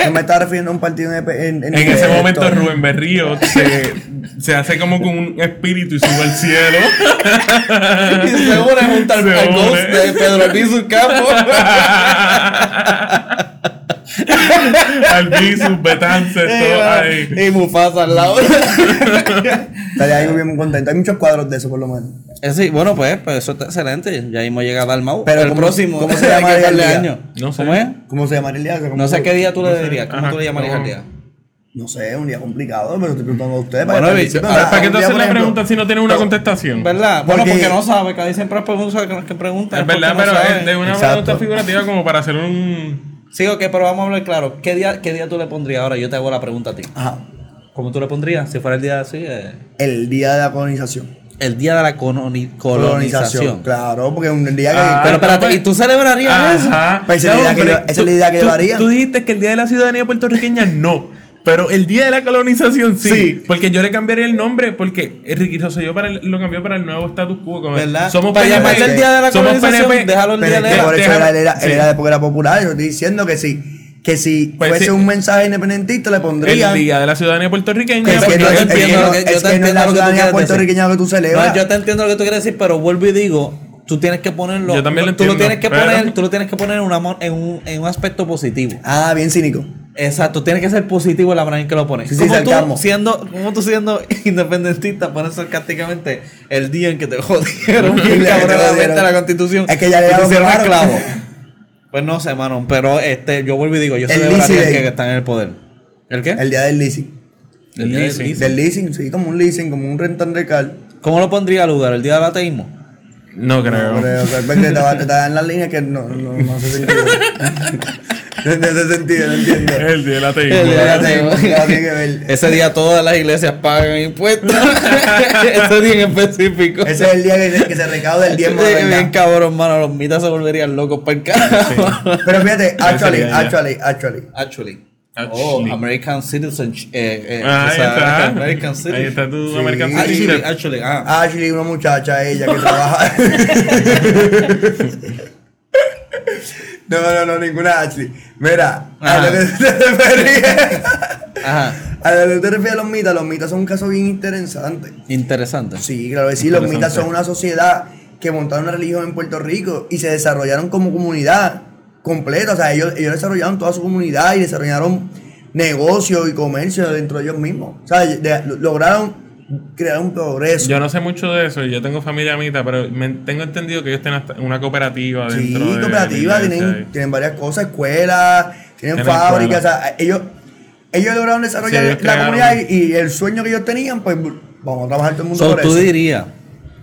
no me estaba refiriendo a un partido en, en- en-
En ese
esto.
momento Rubén Berrío se, se hace como con un espíritu y sube al cielo.
Y se une junto al,
Se
al
une.
ghost de Pedro Albizu Campo.
Albizu, Betance,
Eh,
todo ahí.
Y Mufasa al lado.
Estaría ahí bien contento. Hay muchos cuadros de eso, por lo menos.
Eh, sí, bueno, pues, pues eso está excelente. Ya mismo llega Dalmau.
Pero
el
¿cómo-
próximo.
cómo se
hay que
llamaría el
darle
día?
año.
No sé.
¿Cómo es?
¿Cómo se llamaría el día? O sea, ¿cómo
No sé
se-
qué día tú
No
le
sé.
dirías. ¿Cómo
Ajá,
tú le llamarías
no.
al día?
No sé, un día complicado, pero estoy preguntando a ustedes.
Bueno,
que
y-
participen.
a
Ahora,
O sea,
¿para qué
Ah, un día,
te hacen
por
la
ejemplo,
pregunta si no tiene una contestación?
¿Verdad? Bueno,
Porque-
porque, no sabe, cada siempre pregunta que preguntan.
Es verdad,
porque
pero
no
es
saben.
de una
Exacto.
pregunta figurativa como para hacer un.
Sí, ok, pero vamos a hablar claro. ¿Qué día, ¿Qué día tú le pondrías? Ahora yo te hago la pregunta a ti.
Ajá.
¿Cómo tú le pondrías? Si fuera el día así, eh,
El día de la colonización.
el día de la coloni- colonización.
Claro, porque un día que.
Ah,
Pero
no,
espérate,
pues.
¿y tú celebrarías eso?
Ajá.
Pues esa es la idea que
pero
yo- esa es la
tú-
idea que
tú-
yo haría.
Tú dijiste que el día de la ciudadanía puertorriqueña no. Pero el día de la colonización sí,
Sí.
Porque yo le cambiaría el nombre porque Ricky Rosselló para el- lo cambió para el nuevo status quo. como es.
¿Verdad?
Somos
Para
PNP,
llamarle el día de la
somos
colonización,
PNP.
déjalo el
Pero
día
es
de
que
la-
por eso
déjame-
era, era,
sí.
era de porque era popular. Yo estoy diciendo que si, que si
Pues
fuese
sí.
un mensaje independentista le pondría.
El día de la ciudadanía
Que
puertorriqueña.
es que
porque-
no es
yo
es
te
que
entiendo
no-
lo
es
que- yo te
que no es
entiendo
la
lo que tú quieres
ciudadanía
decir.
puertorriqueña que tú celebras.
No, yo te entiendo lo que tú quieres decir, pero vuelvo y digo, tú tienes que ponerlo.
Yo también lo
tú
entiendo,
tienes que
pero-
poner, tú lo tienes que poner en, una mon- en un, en un aspecto positivo.
Ah, bien cínico.
Exacto, tiene que ser positivo la manera en que lo pones.
Sí, sí,
como
sarcasmo.
tú siendo, como tú siendo independentista pones sarcásticamente el día en que te jodieron
Sí, le-
bien
le
cabronamente
jodieron.
la constitución.
Es que ya le
y te
dieron
hicieron
claro.
esclavo. Pues no sé, mano, pero este, yo vuelvo y digo, yo
El
soy de
Lizzy
Brasil
Day.
que, que están en el poder. ¿El qué?
El día del leasing.
El
día del
leasing.
leasing.
Del leasing, sí, como un leasing, como un rentan de car.
¿Cómo lo pondría al lugar? ¿El día del ateísmo?
No creo.
Pero, o sea, ves que te, va- te dan las líneas que no, no, no hace sentido. No hace sentido, no entiendo.
El día de la
El día del
teísmo.
ateísmo.
Nada tiene que ver.
Ese día todas las iglesias pagan impuestos. Ese día en específico.
Ese es el día que, que se recauda el diezmo de
Sí, bien
verdad.
cabrón, mano. Los mitas se volverían locos para el carajo.
Pero fíjate, actually,
sería ya.
actually, actually.
Actually.
Actually.
Oh, American Citizen. Eh, eh,
Ah,
o
ahí
sea,
está.
American
Ahí
Citizen.
está tu
Sí.
American
Actually,
Citizen.
actually, ah.
Ashley, una muchacha, ella que trabaja. no, no, no, ninguna Ashley. Mira, a lo
Ajá.
que te referías.
Ajá.
A lo que te refieres a los mitas, los mitas son un caso bien interesante.
Interesante.
Sí, claro que sí, los
Interesante.
mitas son una sociedad que montaron una religión en Puerto Rico y se desarrollaron como comunidad completa. O sea, ellos, ellos desarrollaron toda su comunidad y desarrollaron negocios y comercio dentro de ellos mismos. O sea, de- lo- lograron crear un progreso.
Yo no sé mucho de eso, yo tengo familia mitad, pero me- tengo entendido que ellos tienen hasta una cooperativa
Sí,
dentro de
cooperativas,
de la
tienen,
iglesia.
tienen varias cosas, escuelas, tienen,
Tienen
fábricas, o sea, ellos, ellos lograron desarrollar
Sí, ellos
la
crearon.
comunidad y, y el sueño que ellos tenían, pues vamos a trabajar todo el mundo
So,
por
tú
eso.
dirías.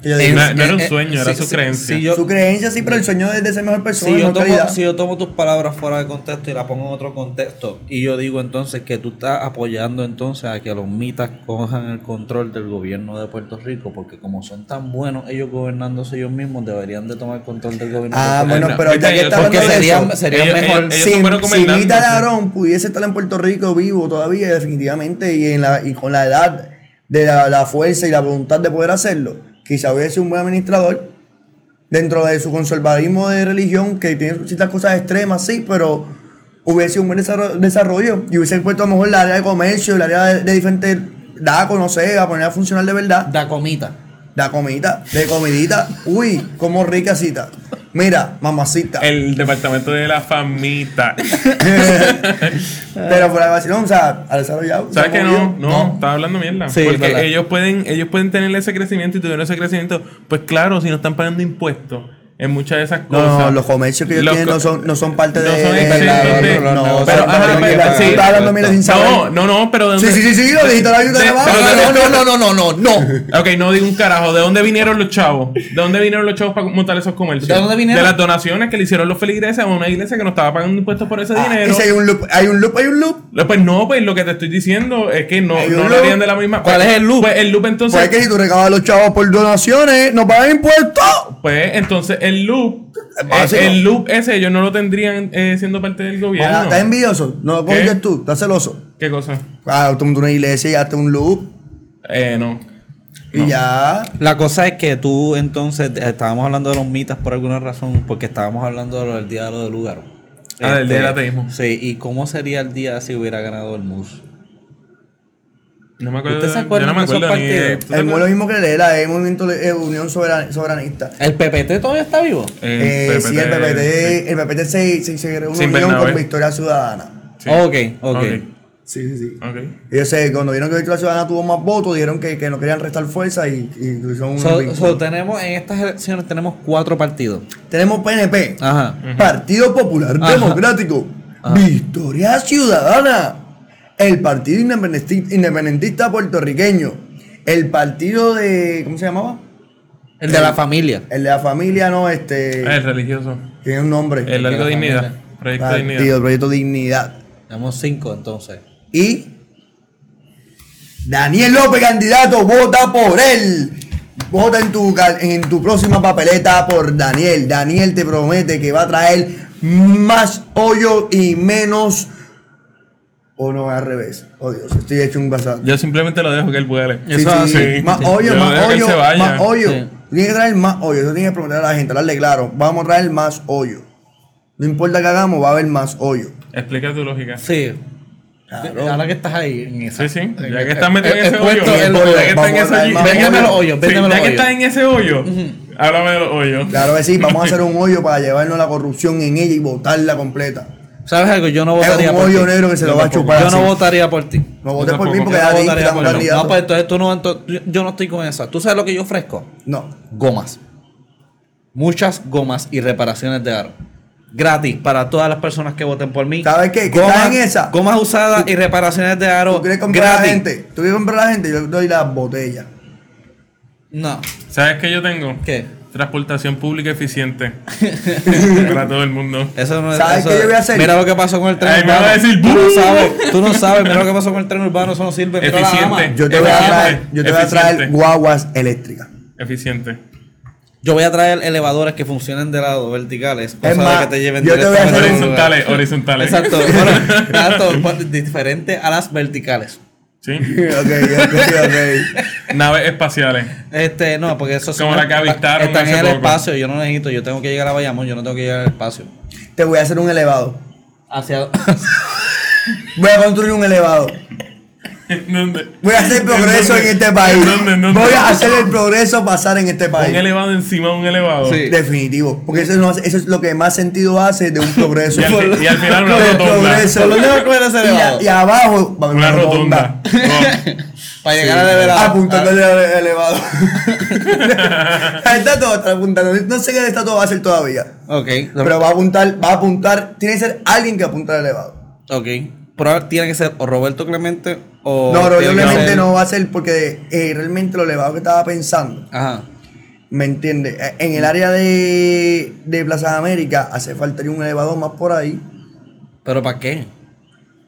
Yo digo,
No, no era un
eh, eh,
sueño, era
sí,
su
sí,
creencia.
sí, yo-
su creencia sí, pero el sueño de, de ser mejor persona,
si yo,
mejor
tomo,
calidad.
si yo tomo tus palabras fuera de contexto y las pongo en otro contexto, y yo digo entonces que tú estás apoyando entonces a que los mitas cojan el control del gobierno de Puerto Rico, porque como son tan buenos ellos gobernándose ellos mismos, deberían de tomar control del gobierno.
Ah,
de Puerto
bueno,
no,
pero ya
porque
que está
porque
hablando de
sería-
eso,
sería mejor-
ellos
si,
se fueron
si
comendando,
Mita
sí.
Larón pudiese estar en Puerto Rico vivo todavía, definitivamente, y, en la, y con la edad de la, la fuerza y la voluntad de poder hacerlo, quizá hubiese un buen administrador dentro de su conservadurismo de religión, que tiene ciertas cosas extremas, sí, pero hubiese un buen desarro- desarrollo y hubiese puesto a lo mejor el área de comercio, el área de, de diferentes DACO, no sé, a poner a funcionar de verdad.
Da comita.
La comidita, de comidita. Uy, como rica cita. Mira, mamacita.
El departamento de la famita.
Pero fuera de vacilón, o sea, al desarrollado.
¿Sabes
se
que
movió.
no? No, estaba hablando mierda.
Sí,
Porque
verdad.
ellos pueden, ellos pueden tener ese crecimiento y tuvieron ese crecimiento. Pues claro, si no están pagando impuestos en muchas de esas
No,
cosas.
no, los comercios que ellos
Los
tienen no
co-
son, no son parte
no
de.
son
de-
exentos de-
No, no,
pero,
son-
ajá,
no,
pero-
mira,
sí.
tú estás hablando mira sin saber.
No, no, no, pero de
Sí, sí, sí, sí, lo dijiste la ayuda de
de-
la
pero
barra.
de-
no, no, no, no, no.
Ok, no digo un carajo. ¿De dónde vinieron los chavos? ¿De dónde vinieron los chavos para montar esos comercios?
¿De dónde vinieron?
De las donaciones que le hicieron los feligreses a una iglesia que no estaba pagando impuestos por ese
Ah,
dinero.
ese hay un loop, hay un loop, hay un loop.
No, Pues no, pues lo que te estoy diciendo es que no,
Hay un
no lo
loop.
harían de la misma.
¿Cuál
pues-
es el loop?
Pues el loop entonces.
Pues es que si tú recabas a los chavos por donaciones, no pagas impuestos.
Pues entonces el loop,
Es básico.
eh, el loop ese ellos no lo tendrían eh, siendo parte del
Ah,
gobierno.
Estás envidioso. No lo
¿Qué?
coges tú, estás celoso.
¿Qué cosa?
Ah, tú montas una iglesia y hazte un loop
Eh, no.
y ya.
La cosa es que tú entonces eh, estábamos hablando de los mitas por alguna razón, porque estábamos hablando de lo del día de lo del lugar.
Ah, del día del ateísmo.
Sí, y cómo sería el día si hubiera ganado el MUS.
No me acuerdo.
¿Usted se
de-
acuerda
yo no me
de esos
acuerdo ni de-
partidos?
¿tú te
El lo
acuerdas?
mismo que le la el movimiento eh, Unión Soberan- Soberanista.
¿El PPT todavía está vivo?
El
Eh, sí, el
PPT,
PPT, el PPT se, se, se creó una
Sin
unión
Bernabé.
con Victoria Ciudadana.
Sí.
Ok, ok.
Sí, sí, sí.
Ok.
Ellos se- cuando vieron que Victoria Ciudadana tuvo más votos, dijeron que, que no querían restar fuerza y, y son un
So-
ridículo.
so tenemos en estas elecciones tenemos cuatro partidos.
Tenemos PNP,
Ajá.
Partido Popular
Ah. Ajá. Ah.
Democrático, Victoria Ciudadana, el Partido Independenti- Independentista Puertorriqueño, el Partido de. ¿Cómo se llamaba?
El de la familia.
El de la familia, no, este.
Ah, El religioso.
Tiene un nombre.
El algo
la
dignidad.
familia.
Proyecto
Partido,
dignidad.
Proyecto Dignidad.
Tenemos cinco entonces.
Y. Daniel López, candidato, vota por él. Vota en tu, cal- en tu próxima papeleta por Daniel. Daniel te promete que va a traer más hoyo y menos. O no, al revés. Oh Dios, estoy hecho un basado.
Yo simplemente lo dejo que él pueda
Eso así.
Más
Yo
hoyo,
no
más
dejo que él
hoyo,
se vaya.
más hoyo.
Sí.
Tienes que traer más hoyo. Eso tienes que preguntar a la gente, hablarle claro. Vamos a traer más hoyo. No importa que hagamos, va a haber más hoyo.
Explica tu lógica.
Sí.
Claro.
Ahora que estás ahí en esa.
Sí, sí. Ya
eh,
que estás metido en ese hoyo.
expuesto en el
Ya que
hoyo.
estás en
Vamos a
ese
dar
hoyo.
más
Véndeme los hoyos,
Sí,
véndeme los
Ya que
hoyos.
estás en ese hoyo, háblame de los hoyos.
Claro que sí, vamos a hacer un hoyo para llevarnos la corrupción en ella y botarla completa.
¿Sabes algo? Yo no
Es
votaría
un
por ti.
hoyo negro que se lo va a chupar.
Yo
así.
no votaría por ti.
No votes por mí
Yo
porque
Yo no
Daddy
votaría
está un
por ti.
candidato.
No, pues entonces tú no. ento- yo- yo no estoy con esa. ¿Tú sabes lo que yo ofrezco?
No.
Gomas. Muchas gomas y reparaciones de aro. Gratis para todas las personas que voten por mí.
¿Sabes qué? ¿Qué
Gomas,
está en esa?
gomas usadas y reparaciones de aro.
¿Tú quieres comprar a la
gratis.
gente? ¿Tú quieres comprar a la gente? Yo te doy las botellas.
No.
¿Sabes qué yo tengo?
¿Qué?
Transportación pública eficiente. Para todo el mundo.
Eso no es-
¿Sabes
eso-
qué yo voy a hacer?
Mira lo que pasó con el tren
Ay, me
urbano.
van a decir,
tú no
"Bú".
sabes, tú no sabes, mira lo que pasó con el tren urbano, eso no sirve. Mira la
Eficiente.
dama.
Yo te voy a
Eficiente,
traer, yo te voy a traer
eficiente.
guaguas eléctricas.
Eficiente.
Yo voy a traer elevadores que funcionen de lado, verticales, cosa de
más,
que te lleven
yo te voy a
directamente
hacer
al lugar.
Horizontales, horizontales.
Exacto, bueno, exacto, por- diferente a las verticales.
Sí.
ok, ok, ok.
Naves espaciales.
Este, no, porque eso
Como la que avistaron
Están en
hace
el
poco.
espacio, yo no necesito, yo tengo que llegar a Bayamón, yo no tengo que llegar al espacio.
Te voy a hacer un elevado.
Hacia
Voy a construir un elevado.
¿Dónde?
Voy a hacer progreso en
dónde?
este país.
¿En dónde? ¿En dónde?
Voy a hacer el progreso pasar en este
Un
país.
elevado encima de un elevado.
Sí.
Definitivo. Porque eso, no hace- eso es lo que más sentido hace de un progreso.
Y al, fi- y al final una
De
rotonda.
progreso.
Por lo menos con ese
Y, a-
elevado.
y abajo va a haber
Una rotonda. Ah.
para llegar al elevador.
Apuntando al ele- elevado. está todo está apuntando. No sé qué estatua va a hacer todavía.
Ok,
Pero va a apuntar, va a apuntar. Tiene que ser alguien que apunta al elevado.
Ok. Pero tiene que ser o Roberto Clemente o.
no,
Oh, tiene que
probablemente
ser-
no va a ser porque eh, realmente lo elevado que estaba pensando.
Ajá.
¿Me entiendes? Eh, En el área de, de Plaza de América hace falta un elevado más por ahí.
¿Pero para qué?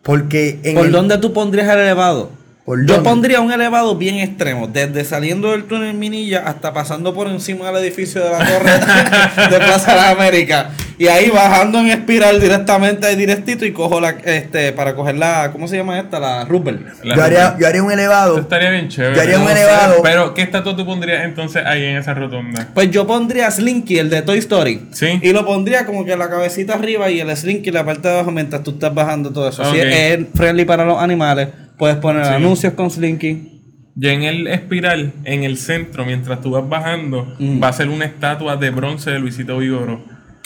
Porque en
¿Por
el-
dónde tú pondrías el elevado?
¿Por
Yo
dónde?
pondría un elevado bien extremo, desde saliendo del túnel Minilla hasta pasando por encima del edificio de la torre de Plaza de las Américas. Y ahí bajando en espiral directamente ahí directito y cojo la, este, para coger la, ¿cómo se llama esta? La Rupert.
La
yo, haría,
rotonda.
yo haría un
Eso
elevado.
estaría bien chévere.
Yo haría un
No sé,
elevado.
Pero, ¿qué estatua tú pondrías entonces ahí en esa rotonda?
Pues yo pondría Slinky, el de Toy Story.
Sí.
Y lo pondría como que la cabecita arriba y el Slinky la parte de abajo mientras tú estás bajando todo eso. Si
Ok.
es friendly para los animales, puedes poner
Sí.
anuncios con Slinky.
Ya en el espiral, en el centro, mientras tú vas bajando,
Mm.
va a ser una estatua de bronce de Luisito Vigoro.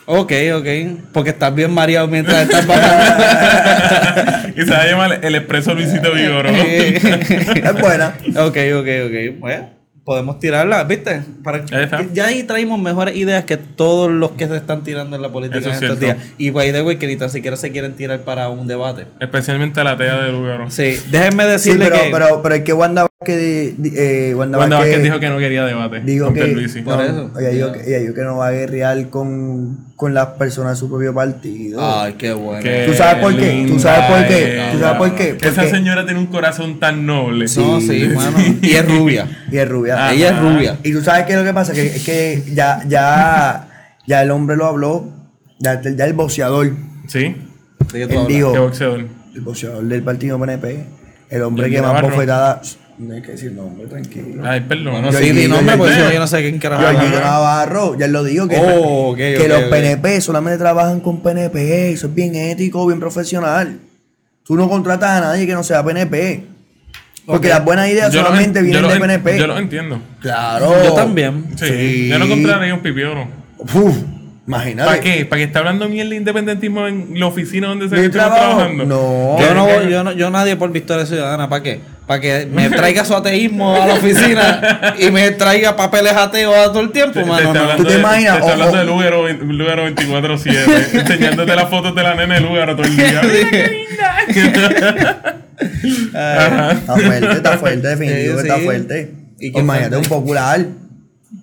Ok, ok. Porque estás bien mareado mientras estás bajando.
y se va a llamar el expreso Luisito Vigoro.
Es buena.
ok, ok, ok. Bueno, podemos tirarla, ¿viste? Para-
Ahí está.
ya ahí traímos mejores ideas que todos los que se están tirando en la política
Eso
en
es
estos días.
cierto.
Y by the way, que ni tan siquiera se quieren tirar para un debate.
Especialmente la tea de Lugaro.
Sí, déjenme
Sí,
decirle
pero,
que...
pero, pero es que Wanda Vázquez, di- di- eh, Wanda
Cuando
Vázquez
Vázquez dijo que no quería debate
dijo
contra
que,
Luisi.
Por eso.
ella dijo que- ella dijo que no va a guerrear con, con las personas de su propio partido.
Ay, qué bueno.
Qué
¿Tú sabes por qué? ¿Tú sabes por qué?
linda
¿Tú sabes por qué?
ella. Esa
Porque-
señora tiene un corazón tan noble.
No, sí, mano. Y es rubia.
Y es rubia.
Ah.
Ella es rubia.
Y tú sabes qué es lo que pasa, que es que ya, ya, ya el hombre lo habló, ya, ya el boxeador,
Sí,
¿De qué
él
tú hablas?
qué
dijo,
boxeador.
el boxeador del partido PNP, el hombre
Jordi
que más
Navarro. Ah,
bofetada. No hay que decir nombre, tranquilo.
Ay, perdón.
Bueno,
Yo
sí,
aquí,
di
yo
nombre,
aquí.
porque yo, yo no sé quién carajo.
Yo
habla.
aquí.
Jordi Navarro, ya él lo dijo, que,
Oh, ok,
que
ok,
los
ok.
PNP solamente trabajan con PNP, eso es bien ético, bien profesional. Tú no contratas a nadie que no sea PNP. Porque
Ok.
las buenas ideas
Yo lo-
solamente
yo
vienen
lo
de
en-
PNP.
Yo lo entiendo.
Claro.
Yo también.
Sí.
Sí.
Yo no compraría un pipiono.
Uf, Imagínate.
¿Para qué? ¿Para que está hablando mierda de independentismo en la oficina donde se
¿De
estamos
trabajo?
trabajando?
No.
¿Qué-
Yo no,
qué-
voy- yo no- yo nadie por Victoria Ciudadana, ¿para qué? Para que me traiga su ateísmo a la oficina y me traiga papeles ateos a todo el tiempo,
Te, te
mano.
está
no.
hablando,
te
de-
imaginas?
te está
O-
hablando
o-
de Lugaro, Lugaro 24-7, enseñándote las fotos de la nena de Lugaro todo el día. Mira qué linda. Ajá.
Está fuerte, está fuerte, definitivo
Sí,
que está
sí.
fuerte.
¿Y qué
Imagínate un
fuerte?
popular,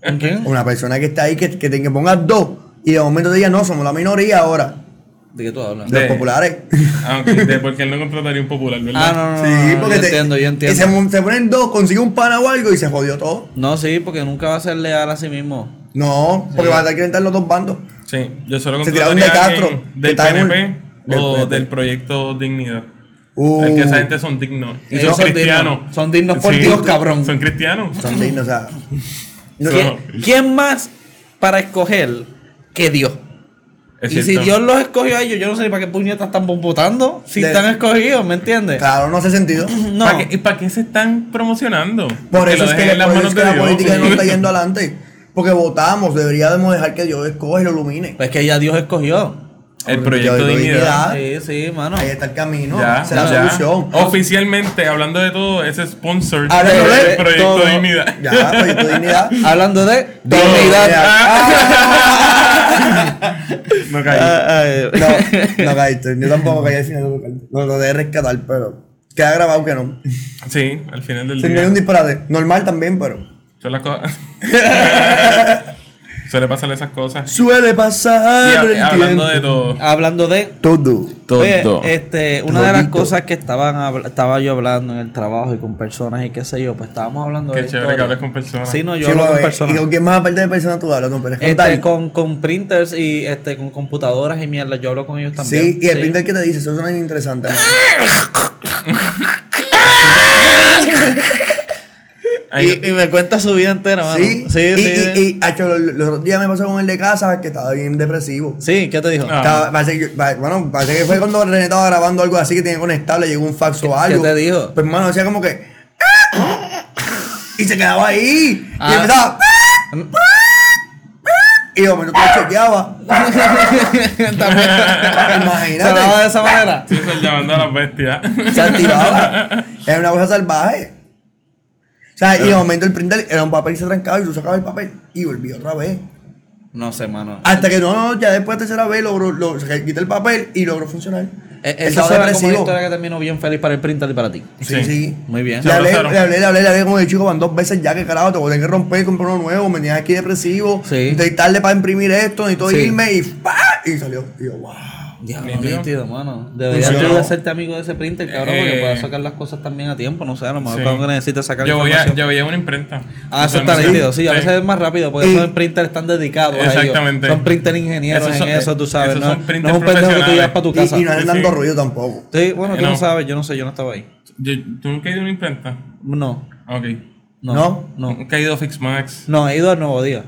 ¿Con quién?
una persona que está ahí que, que, te- que ponga dos y de momento te diga, no, somos la minoría ahora,
¿De qué tú hablas?
de los
De-
populares.
Ah, ok, de porque él no contrataría un popular, ¿verdad?
Ah, no, no, no, no, yo
te-
entiendo, yo
y se,
entiendo.
mon- se ponen dos, consigue un pana o algo y se jodió todo.
No, sí, porque nunca va a ser leal a sí mismo.
No, porque van a estar que rentar los dos bandos.
Ah.
Sí, yo solo
Se tiraron de
contrataría a alguien
Castro, que
del
está en un-
PNP
del
o
PNP.
del proyecto Dignidad.
Uh,
Es que esa gente son dignos. Y son,
Ellos son
cristianos.
dignos. Son dignos por Dios, cabrón.
Son cristianos.
son dignos, o sea. no-
Son-
¿Quién, quién más para escoger que Dios?
Es
y si
cierto.
Dios los escogió a ellos, yo no sé ni para qué puñetas están votando. Si
De-
están escogidos, ¿me entiendes?
Claro, no hace sentido.
No.
¿Para qué, y para qué se están promocionando?
Por
Que
eso
lo
es que,
dejen en las
por eso
manos
es que
de
la
Dios.
política no está yendo adelante. Porque votamos, deberíamos dejar que Dios escoja y lo ilumine.
Pues que ya Dios escogió.
El
Yo
proyecto
digo
Dignidad.
dignidad. Ah.
Sí, sí, mano.
Ahí está el camino,
Ya,
esa es
ya.
la solución.
Oficialmente, hablando de todo, ese sponsor
Ah, de-
del
de
proyecto
todo.
Dignidad.
Ya, proyecto de dignidad.
Hablando de
Dios.
dignidad.
No caí.
Ah, ah,
No, no caíste. Yo tampoco caí al final. de Ricardo. No lo dejé rescatar, pero queda grabado que no.
Sí, al final del
Se me dio
día.
un disparate. Normal también, pero.
Son las cosas. Suele pasar esas cosas.
Suele
Y
pasar. el
hab- hablando de
tiempo.
todo.
hablando de
Todo.
Oye, este, una de las
Todito.
cosas que estaban habl- estaba yo hablando en el trabajo y con personas y qué sé yo, pues estábamos hablando
Qué
de
chévere que
historia.
hables con personas.
Sí, no, yo
Sí,
hablo
lo
con
ve.
personas.
¿Y con quién más aparte de personas tú hablas? No, pero es
Este,
contar.
con, con printers y este con computadoras y mierda, yo hablo con ellos también.
Sí, y el printer que te dice, eso suena interesante.
Ahí-
Y, y me cuenta su vida entera, mano.
Sí,
Ah, sí,
y,
sí.
y, y, hacho, los, los otros días me pasó con el de casa que estaba bien depresivo.
Sí, ¿qué te dijo?
Ah.
Estaba- parece que yo- pa- bueno, parece que fue cuando René estaba grabando algo así que tenía que conectarle, llegó un fax o algo.
qué te dijo?
Pues hermano, decía como que. Y se quedaba ahí.
Ah.
Y empezaba. Y yo me lo chequeaba.
¿Se hablaba
Imagínate.
de esa manera?
Sí, eso es llamando a las bestias.
Se activaba. Era una cosa salvaje. O sea, y de momento el printer era un papel y se trancaba y tú sacabas el papel y volvía otra vez.
No sé, mano.
Hasta que no, no, ya después de tercera vez logró, lo, se quitó el papel y logró funcionar.
E- Esa
Estaba
fue como una
depresivo.
historia que terminó bien feliz para el printer y para ti.
Sí,
Sí.
sí.
Muy bien.
Se
Le hablé,
abrazaron.
le hablé, le hablé, le hablé con el chico, van dos veces ya, que carajo, te voy a tener que romper, comprar uno nuevo, me tenías aquí depresivo,
Sí.
necesito tarde para imprimir esto, necesito
Sí.
irme y ¡pa! Y salió. Y yo, wow.
Diablo,
Nítido.
nítido, mano. Deberías
Funcionó.
tú de hacerte amigo de ese printer, cabrón, porque
Eh.
puedas sacar las cosas también a tiempo. No sé, a lo mejor
Sí.
cuando necesites sacar
Yo voy, a,
información.
yo voy a una imprenta.
Ah, eso está
Usualmente.
nítido, sí, a veces es más rápido, porque
Y-
esos printers están dedicados a ello.
Exactamente.
Son printer ingenieros
Esos son-
en eso, tú sabes,
esos
¿no?
son printers
No es un pendejo que tú llevas
profesionales.
para tu
Y,
casa.
y no eran
Sí,
dando
sí.
ruido tampoco.
Sí, bueno, tú
Eh,
no.
no.
sabes, yo no sé, yo no estaba ahí.
Yo- ¿Tú nunca has ido a una imprenta?
No,
Ah, Ok.
¿No?
no, no. No,
Nunca he ido a Fix Max.
he ido al Nuevo Día.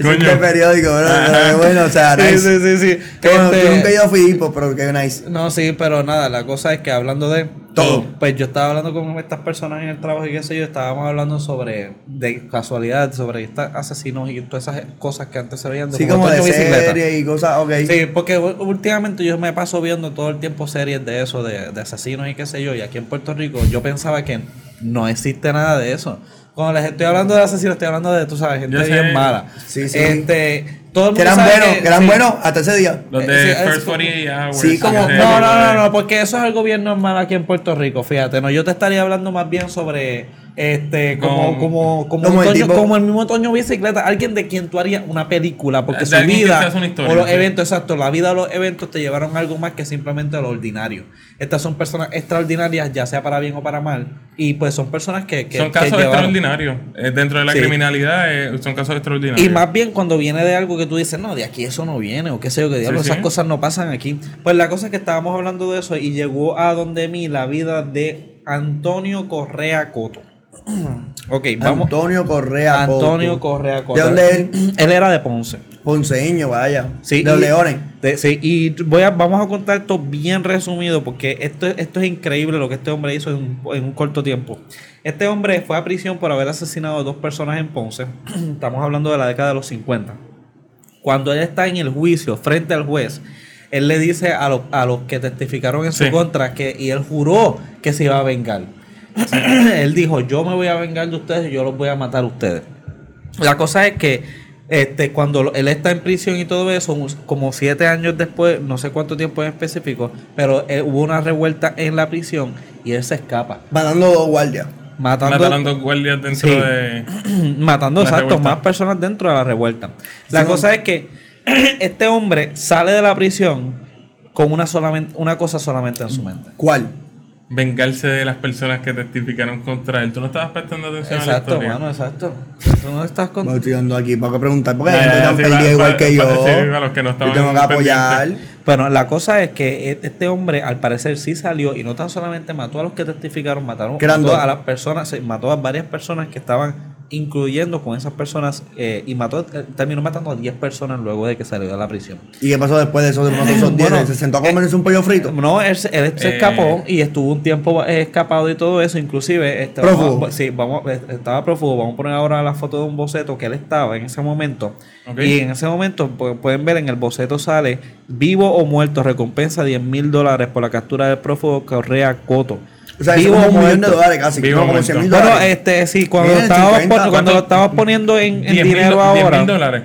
Coño.
Siempre periódico, bro, pero bueno, o sea, Ah, nice.
sí, sí.
Que bueno,
Este,
yo nunca he ido a Filipo, pero que nice.
No, sí, pero nada, la cosa es que hablando de
Todo.
pues yo estaba hablando con estas personas en el trabajo y qué sé yo, estábamos hablando sobre, de casualidad, sobre estos asesinos y todas esas cosas que antes se veían
Sí,
como
como de
motor con bicicleta.
serie y cosas, ok.
Sí, porque u- últimamente yo me paso viendo todo el tiempo series de eso, de, de asesinos y qué sé yo, y aquí en Puerto Rico yo pensaba que no existe nada de eso. Cuando les estoy hablando de asesinos, estoy hablando de, tú sabes, gente
Yo sé.
bien mala.
Sí, sí.
Este, todo el
Que
mundo
eran
sabe
buenos, que eran
sí.
buenos hasta ese día.
Los
Eh, sí,
de
es
First
como-
48 Hours.
Sí, como-
ese
No,
tipo
no, no,
de-
no, porque eso es algo bien normal aquí en Puerto Rico, fíjate, no, yo te estaría hablando más bien sobre este
Como-
como como como,
Como
un
el
Toño-
tipo-
como el mismo Toño Bicicleta, alguien de quien tú harías una película, porque
De
su
alguien que te
vida
hace una historia,
o los
sí.
eventos, exacto, la vida o los eventos te llevaron a algo más que simplemente lo ordinario. Estas son personas extraordinarias, ya sea para bien o para mal, y pues son personas que, que-
son
que
casos
llevaron-
extraordinarios. Eh, dentro de la
Sí.
criminalidad eh, son casos extraordinarios.
Y más bien cuando viene de algo que tú dices, no, de aquí eso no viene, o qué sé yo, que diablo,
Sí, sí.
esas cosas no pasan aquí. Pues la cosa es que estábamos hablando de eso y llegó a donde mí la vida de Antonio Correa Coto. ok, vamos.
Antonio Correa.
Antonio
Couto.
Correa Coto.
¿De dónde él?
Él era de Ponce.
Ponceño, vaya.
Sí,
de los
y-
Leones.
de- sí, y voy a, vamos a contar esto bien resumido porque esto, esto es increíble lo que este hombre hizo en, un- en un corto tiempo. Este hombre fue a prisión por haber asesinado a dos personas en Ponce. Estamos hablando de la década de los 50. Cuando él está en el juicio frente al juez, él le dice a, los- a los que testificaron en
Sí.
su contra que, y él juró que se iba a vengar. él dijo, yo me voy a vengar de ustedes y yo los voy a matar a ustedes. La cosa es que este, cuando lo- él está en prisión y todo eso, un- como siete años después, no sé cuánto tiempo en específico, pero eh, hubo una revuelta en la prisión y él se escapa.
Matando dos guardias.
Matando,
Mataron dos guardias dentro
Sí.
de.
matando
La
exacto,
revuelta.
más personas dentro de la revuelta. La
Sí,
cosa es que este hombre sale de la prisión con una, solamen- una cosa solamente en su mente.
¿Cuál?
vengarse de las personas que testificaron contra él. Tú no estabas prestando atención
Exacto,
a la historia.
mano, exacto. Tú no estás con-
Me estoy dando aquí para que preguntar. Porque
Ya,
hay gente
ya,
tan
Eh, sí,
perdida
para-
igual
para-
que yo.
para- sí, para los que no
yo
estaban
tengo que apoyar.
Bueno, la cosa es que e- este hombre, al parecer, sí salió y no tan solamente mató a los que testificaron, mataron
Que eran
mató
dos.
a las personas, sí, mató a varias personas que estaban incluyendo con esas personas eh, y mató, eh, terminó matando a 10 personas luego de que salió de la prisión.
¿Y qué pasó después de eso? De esos
Bueno,
días? ¿Se sentó a comerse un pollo frito?
No, él, se- él se
Eh.
escapó y estuvo un tiempo eh, escapado y todo eso. Inclusive, este,
Prófugo.
vamos a- sí, vamos, eh, estaba prófugo. Vamos a poner ahora la foto de un boceto que él estaba en ese momento.
Ok.
Y en ese momento, pu- pueden ver, en el boceto sale vivo o muerto, recompensa 10 mil dólares por la captura del prófugo Correa Coto.
O sea, eso
vivo
como
o
un millón de
muerto.
dólares casi.
Vivo
como
muerto.
100 mil
Bueno,
dólares.
este, sí, cuando lo
Miren,
estábamos,
50,
pon- cuando lo
¿cuánto?
estábamos poniendo en, en
10 mil
dinero
do- 10
ahora.
mil dólares.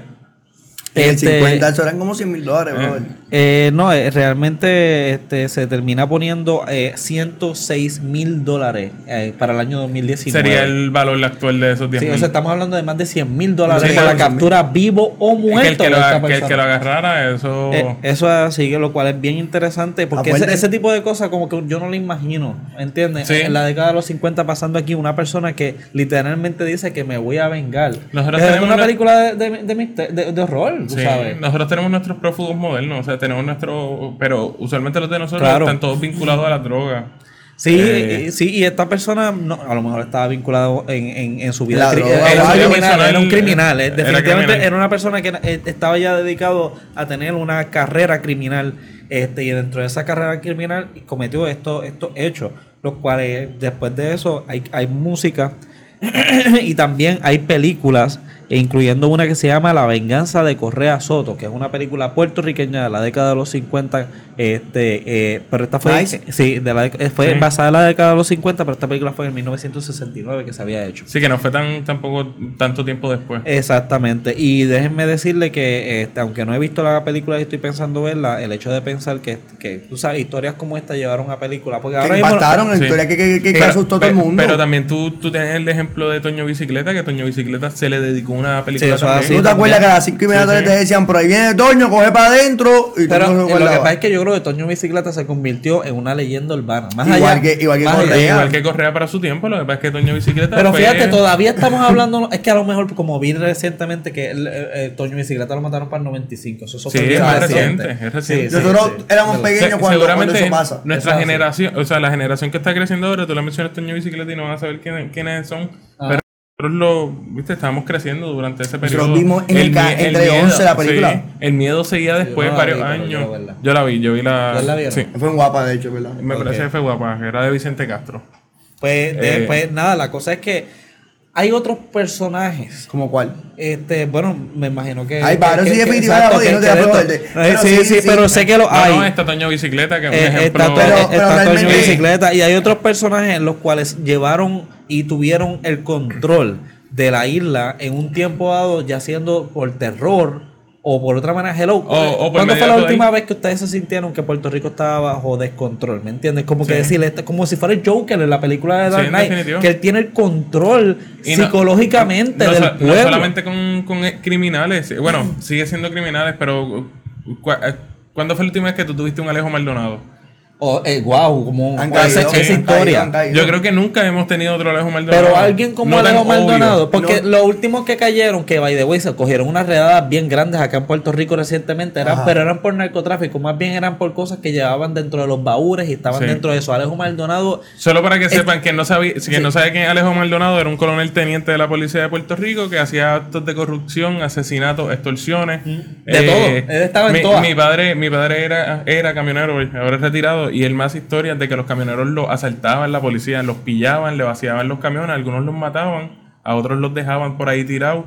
Y el
este,
50 eso eran como 100 mil dólares,
Eh.
brother.
Eh, no, eh, realmente este, se termina poniendo eh, 106 mil dólares eh, para el año 2019.
Sería el valor actual de esos 10
Sí, o sea, estamos hablando de más de 100 mil dólares
Sí,
por la
sí,
captura vivo o
que el
muerto
que,
de
lo,
esta
que el que lo
persona.
agarrara, eso.
Eh, eso así, que lo cual es bien interesante porque ese,
Acuérdate-
ese tipo de cosas como que yo no lo imagino, ¿entiendes?
Sí.
En la década de los 50 pasando aquí una persona que literalmente dice que me voy a vengar.
Nosotros
es
tenemos
una
una-
película de, de, de mister- de- de horror, tú
Sí,
sabes.
Nosotros tenemos nuestros prófugos modernos, o sea, tenemos nuestros. Pero usualmente los de nosotros
Claro.
están todos vinculados a la droga.
Sí,
Eh.
y- sí, y esta persona no, a lo mejor estaba vinculado en, en, en su vida.
La
cri-
droga,
era, un
algo
criminal,
personal,
era un criminal, eh,
era
definitivamente era,
criminal.
una persona que eh, estaba ya dedicado a tener una carrera criminal este, y dentro de esa carrera criminal cometió estos estos hechos, los cuales después de eso hay, hay música y también hay películas, e incluyendo una que se llama La venganza de Correa Soto, que es una película puertorriqueña de la década de los 50, este, eh, pero esta fue,
Nice.
sí, de la dec- eh, fue
Sí.
basada en la década de los 50, pero esta película fue en 1969 que se había hecho.
Sí, que no fue tan tampoco tanto tiempo después.
Eh,
Exactamente, y déjenme decirle que este, aunque no he visto la película y estoy pensando verla, el hecho de pensar que, que tú sabes, historias como esta llevaron a película, porque ahora
Que
mismo-
impactaron en
sí.
historia que, que, que, que
Pero-
asustó a todo el
pe-
mundo.
Pero también tú, tú tienes el ejemplo de Toño Bicicleta, que Toño Bicicleta se le dedicó una película.
eso es
también.
así.
¿No te
también.
acuerdas que a las 5 y media de la
Sí,
tarde
sí.
te decían, por ahí viene Toño, coge para adentro? Y tú
Pero
no
lo que
recordabas.
pasa es que yo creo que Toño Bicicleta se convirtió en una leyenda urbana. Más
Igual
allá,
que- igual que
más
Correa.
allá.
Igual que Correa para su tiempo, lo que pasa es que Toño Bicicleta.
Pero
fue-
fíjate, todavía estamos hablando. Es que a lo mejor, como vi recientemente, que el, eh, eh, Toño Bicicleta lo mataron para el 95. Eso son
Sí, es
películas
más
recientes.
reciente, es reciente.
Nosotros éramos
Sí.
pequeños
Se-
cuando, cuando
seguramente
eso pasa.
nuestra
Eso es así.
generación, o sea, la generación que está creciendo ahora, tú la mencionas Toño Bicicleta y no vas a saber quién- quiénes son.
Ah.
Pero nosotros lo, viste, estábamos creciendo durante ese periodo.
Nosotros vimos en el ca-
mie-
entre
miedo,
11 la
sí.
película.
el miedo seguía después
no la
varios
vi, pero
años.
quiero verla.
Yo la vi, yo vi la.
¿Ustedes la vieron?
Sí.
Fue un guapa, de hecho, ¿verdad?
Me
Ok.
parece que fue guapa, era de Vicente Castro.
Pues, de-
Eh.
pues, nada, la cosa es que hay otros personajes.
¿Como cuál?
Este, bueno, me imagino que.
Hay varios,
que-
sí,
que-
definitivamente,
exacto,
no
que-
te
que
la puedo
de
vender.
esto- Eh,
Pero
Sí,
sí,
sí,
sí.
pero sé que lo
No,
hay.
no, está Toño Bicicleta, que es un
Oh, Eh,
ejemplo.
está,
Pero-
eh,
pero
está Toño
realmente-
Bicicleta y hay otros personajes en los cuales llevaron y tuvieron el control de la isla en un tiempo dado, ya siendo por terror o por otra manera, hello.
O- o por
¿Cuándo fue la
mediato
última
ahí?
vez que ustedes se sintieron que Puerto Rico estaba bajo descontrol? ¿Me entiendes? Como que
Sí.
decirle, esto- como si fuera el Joker en la película de Dark
Sí,
Knight,
definitivo.
que él tiene el control
Y no-
psicológicamente
no,
del
so- no
pueblo.
solamente con, con eh, criminales. Bueno, uh, sigue siendo criminales, pero cu- cua- eh, ¿cuándo fue la última vez que tú tuviste un Alejo Maldonado?
Oh,
O, eh, wow, como
Han
esa-
caído,
esa,
sí, han
historia.
han caído.
Yo creo que nunca hemos tenido otro Alejo Maldonado.
Pero alguien como
No tan
Alejo
obvio.
Maldonado, porque
No.
lo último que cayeron, que by the way, se cogieron unas redadas bien grandes acá en Puerto Rico recientemente, eran,
Ajá.
pero eran por narcotráfico, más bien eran por cosas que llevaban dentro de los baúres y estaban
Sí.
dentro de eso. Alejo Maldonado,
Solo para que sepan, quien no sabía, quien no sabe quién es Alejo Maldonado, era un coronel teniente de la policía de Puerto Rico que hacía actos de corrupción, asesinatos, extorsiones. Eh,
De todo. Él estaba en
mi,
todas.
Mi padre, mi padre era, era camionero, ahora es retirado, y él más historias de que los camioneros los asaltaban la policía, los pillaban, le vaciaban los camiones, algunos los mataban, a otros los dejaban por ahí tirados.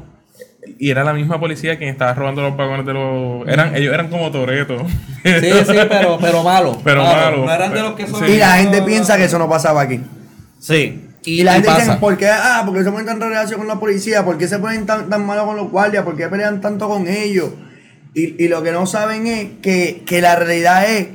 Y era la misma policía quien estaba robando los vagones de los. Eran, ellos eran como toretos.
sí, sí, pero, pero malo.
Pero malo.
No eran de los que son-
Sí.
Y la gente piensa que eso no pasaba aquí.
Sí. Y,
Y la
y
gente dice,
pasa.
¿por qué? Ah, porque se ponen tan relación con la policía, ¿por qué se ponen tan, tan malos con los guardias? ¿Por qué pelean tanto con ellos? Y, y lo que no saben es que, que la realidad es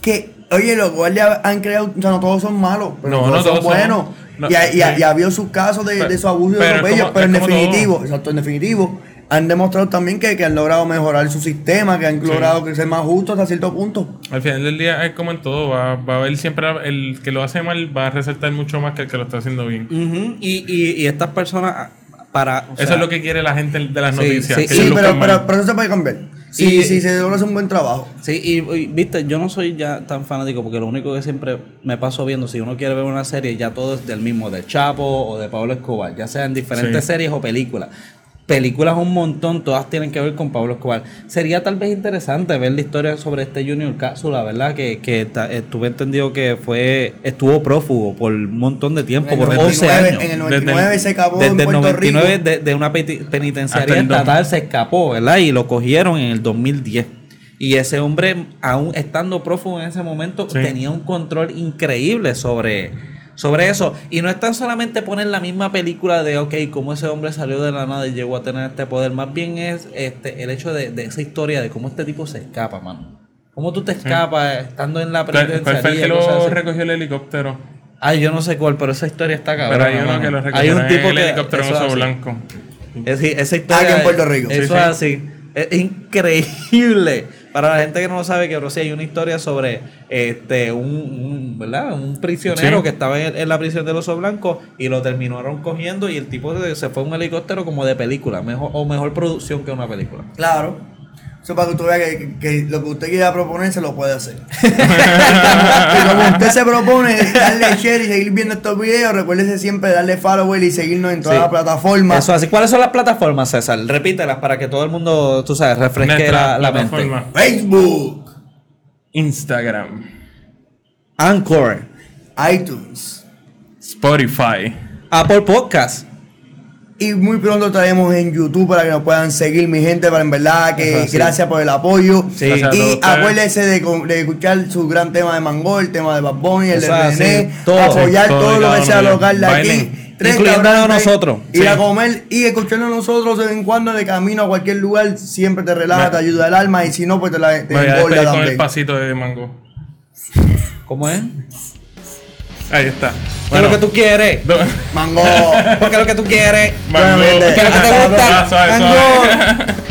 que, oye, los guardias han creado, o sea, no todos son malos, pero
No,
todos,
no todos
son buenos.
son- no,
y, ha- y ha-
sí.
y ha habido sus casos de,
Pero-
de su abuso y de
pero es
atropellos,
como-
pero en
es como
definitivo, exacto, en definitivo, han demostrado también que, que han logrado mejorar su sistema, que han logrado que sea más justo hasta cierto punto.
Al final del día es como en todo, va, va a haber siempre el que lo hace mal va a resaltar mucho más que el que lo está haciendo bien.
Ujú, y, y- y estas personas, ah, para. o
Eso
sea,
es lo que quiere la gente de las
sí,
noticias.
sí,
que ellos
Sí, pero,
luzcan
pero,
mal.
pero eso se puede cambiar. Si,
Y-
si se logra hacer un buen trabajo.
Sí, y, y, viste, yo no soy ya tan fanático porque lo único que siempre me paso viendo, si uno quiere ver una serie, ya todo es del mismo, de Chapo o de Pablo Escobar, ya sean diferentes
Sí.
series o películas. Películas un montón, todas tienen que ver con Pablo Escobar. Sería tal vez interesante ver la historia sobre este Junior Cápsula, ¿verdad? Que, que ta- estuve entendido que fue estuvo prófugo por un montón de tiempo,
En el
por 11
99,
años.
En el
Desde el-
99 se acabó en
Desde el
Puerto
99
Rico.
de, de una peti- penitenciaría
Hasta el dos-
estatal se escapó, ¿verdad? Y lo cogieron en el 2010. Y ese hombre, aún estando prófugo en ese momento,
Sí.
tenía un control increíble sobre, sobre eso. Y no es tan solamente poner la misma película de, ok, cómo ese hombre salió de la nada y llegó a tener este poder. Más bien es este el hecho de, de esa historia de cómo este tipo se escapa, mano. ¿Cómo tú te escapas estando en la
¿Cuál,
penitenciaría?
cuál fue el que
y cosas
lo
así?
recogió el helicóptero?
Ay, yo no sé cuál, pero esa historia está cabrón.
pero hay uno que lo recogió
Hay un tipo
el
que-
helicóptero en
eso es
oso
así.
blanco.
Es decir, esa historia.
Aquí en Puerto Rico.
Eso
Sí,
es
sí.
así. Es increíble. Para la gente que no lo sabe, que pero sí hay una historia sobre este un, un, ¿verdad? un prisionero
Sí.
que estaba en, en la prisión del oso blanco y lo terminaron cogiendo y el tipo se, se fue a un helicóptero como de película, mejor, o mejor producción que una película.
Claro. Eso para que usted vea que, que- que lo que usted quiera proponer se lo puede hacer. y como usted se propone darle share y seguir viendo estos videos, recuérdese siempre darle follow y seguirnos en todas
Sí.
las plataformas.
Eso así. ¿Cuáles son las plataformas, César? Repítelas para que todo el mundo, tú sabes, refresque
Nuestra
la, la mente.
plataforma.
Facebook,
Instagram,
Anchor,
iTunes.
Spotify.
Apple Podcast.
Y muy pronto traemos en YouTube para que nos puedan seguir, mi gente, para en verdad
Eso
que
es así.
gracias por el apoyo.
Sí. Gracias
a todos
Y
ustedes.
acuérdense de, con- de escuchar su gran tema de Mango, el tema de Bad Bunny, el de
Eso es
René,
así. Todo.
apoyar
Sí, todo
todo
y
lo
cada
que
uno
sea
de ellos.
local de aquí.
Bailen.
Tres
Incluyendo a
cabrones,
nosotros.
Ir
Sí.
a comer y escucharnos nosotros de vez en cuando de camino a cualquier lugar, siempre te relaja,
Me-
te ayuda el alma y si no, pues te, la, te
Me voy
engorda
a despedir con el
también.
pasito de mango.
¿Cómo es?
Ahí está.
¿Qué es lo que tú quieres.
Mango.
Porque es lo que tú quieres.
mango.
Realmente.
¿Qué es lo que te gusta?
Ah, suave, suave.
Mango.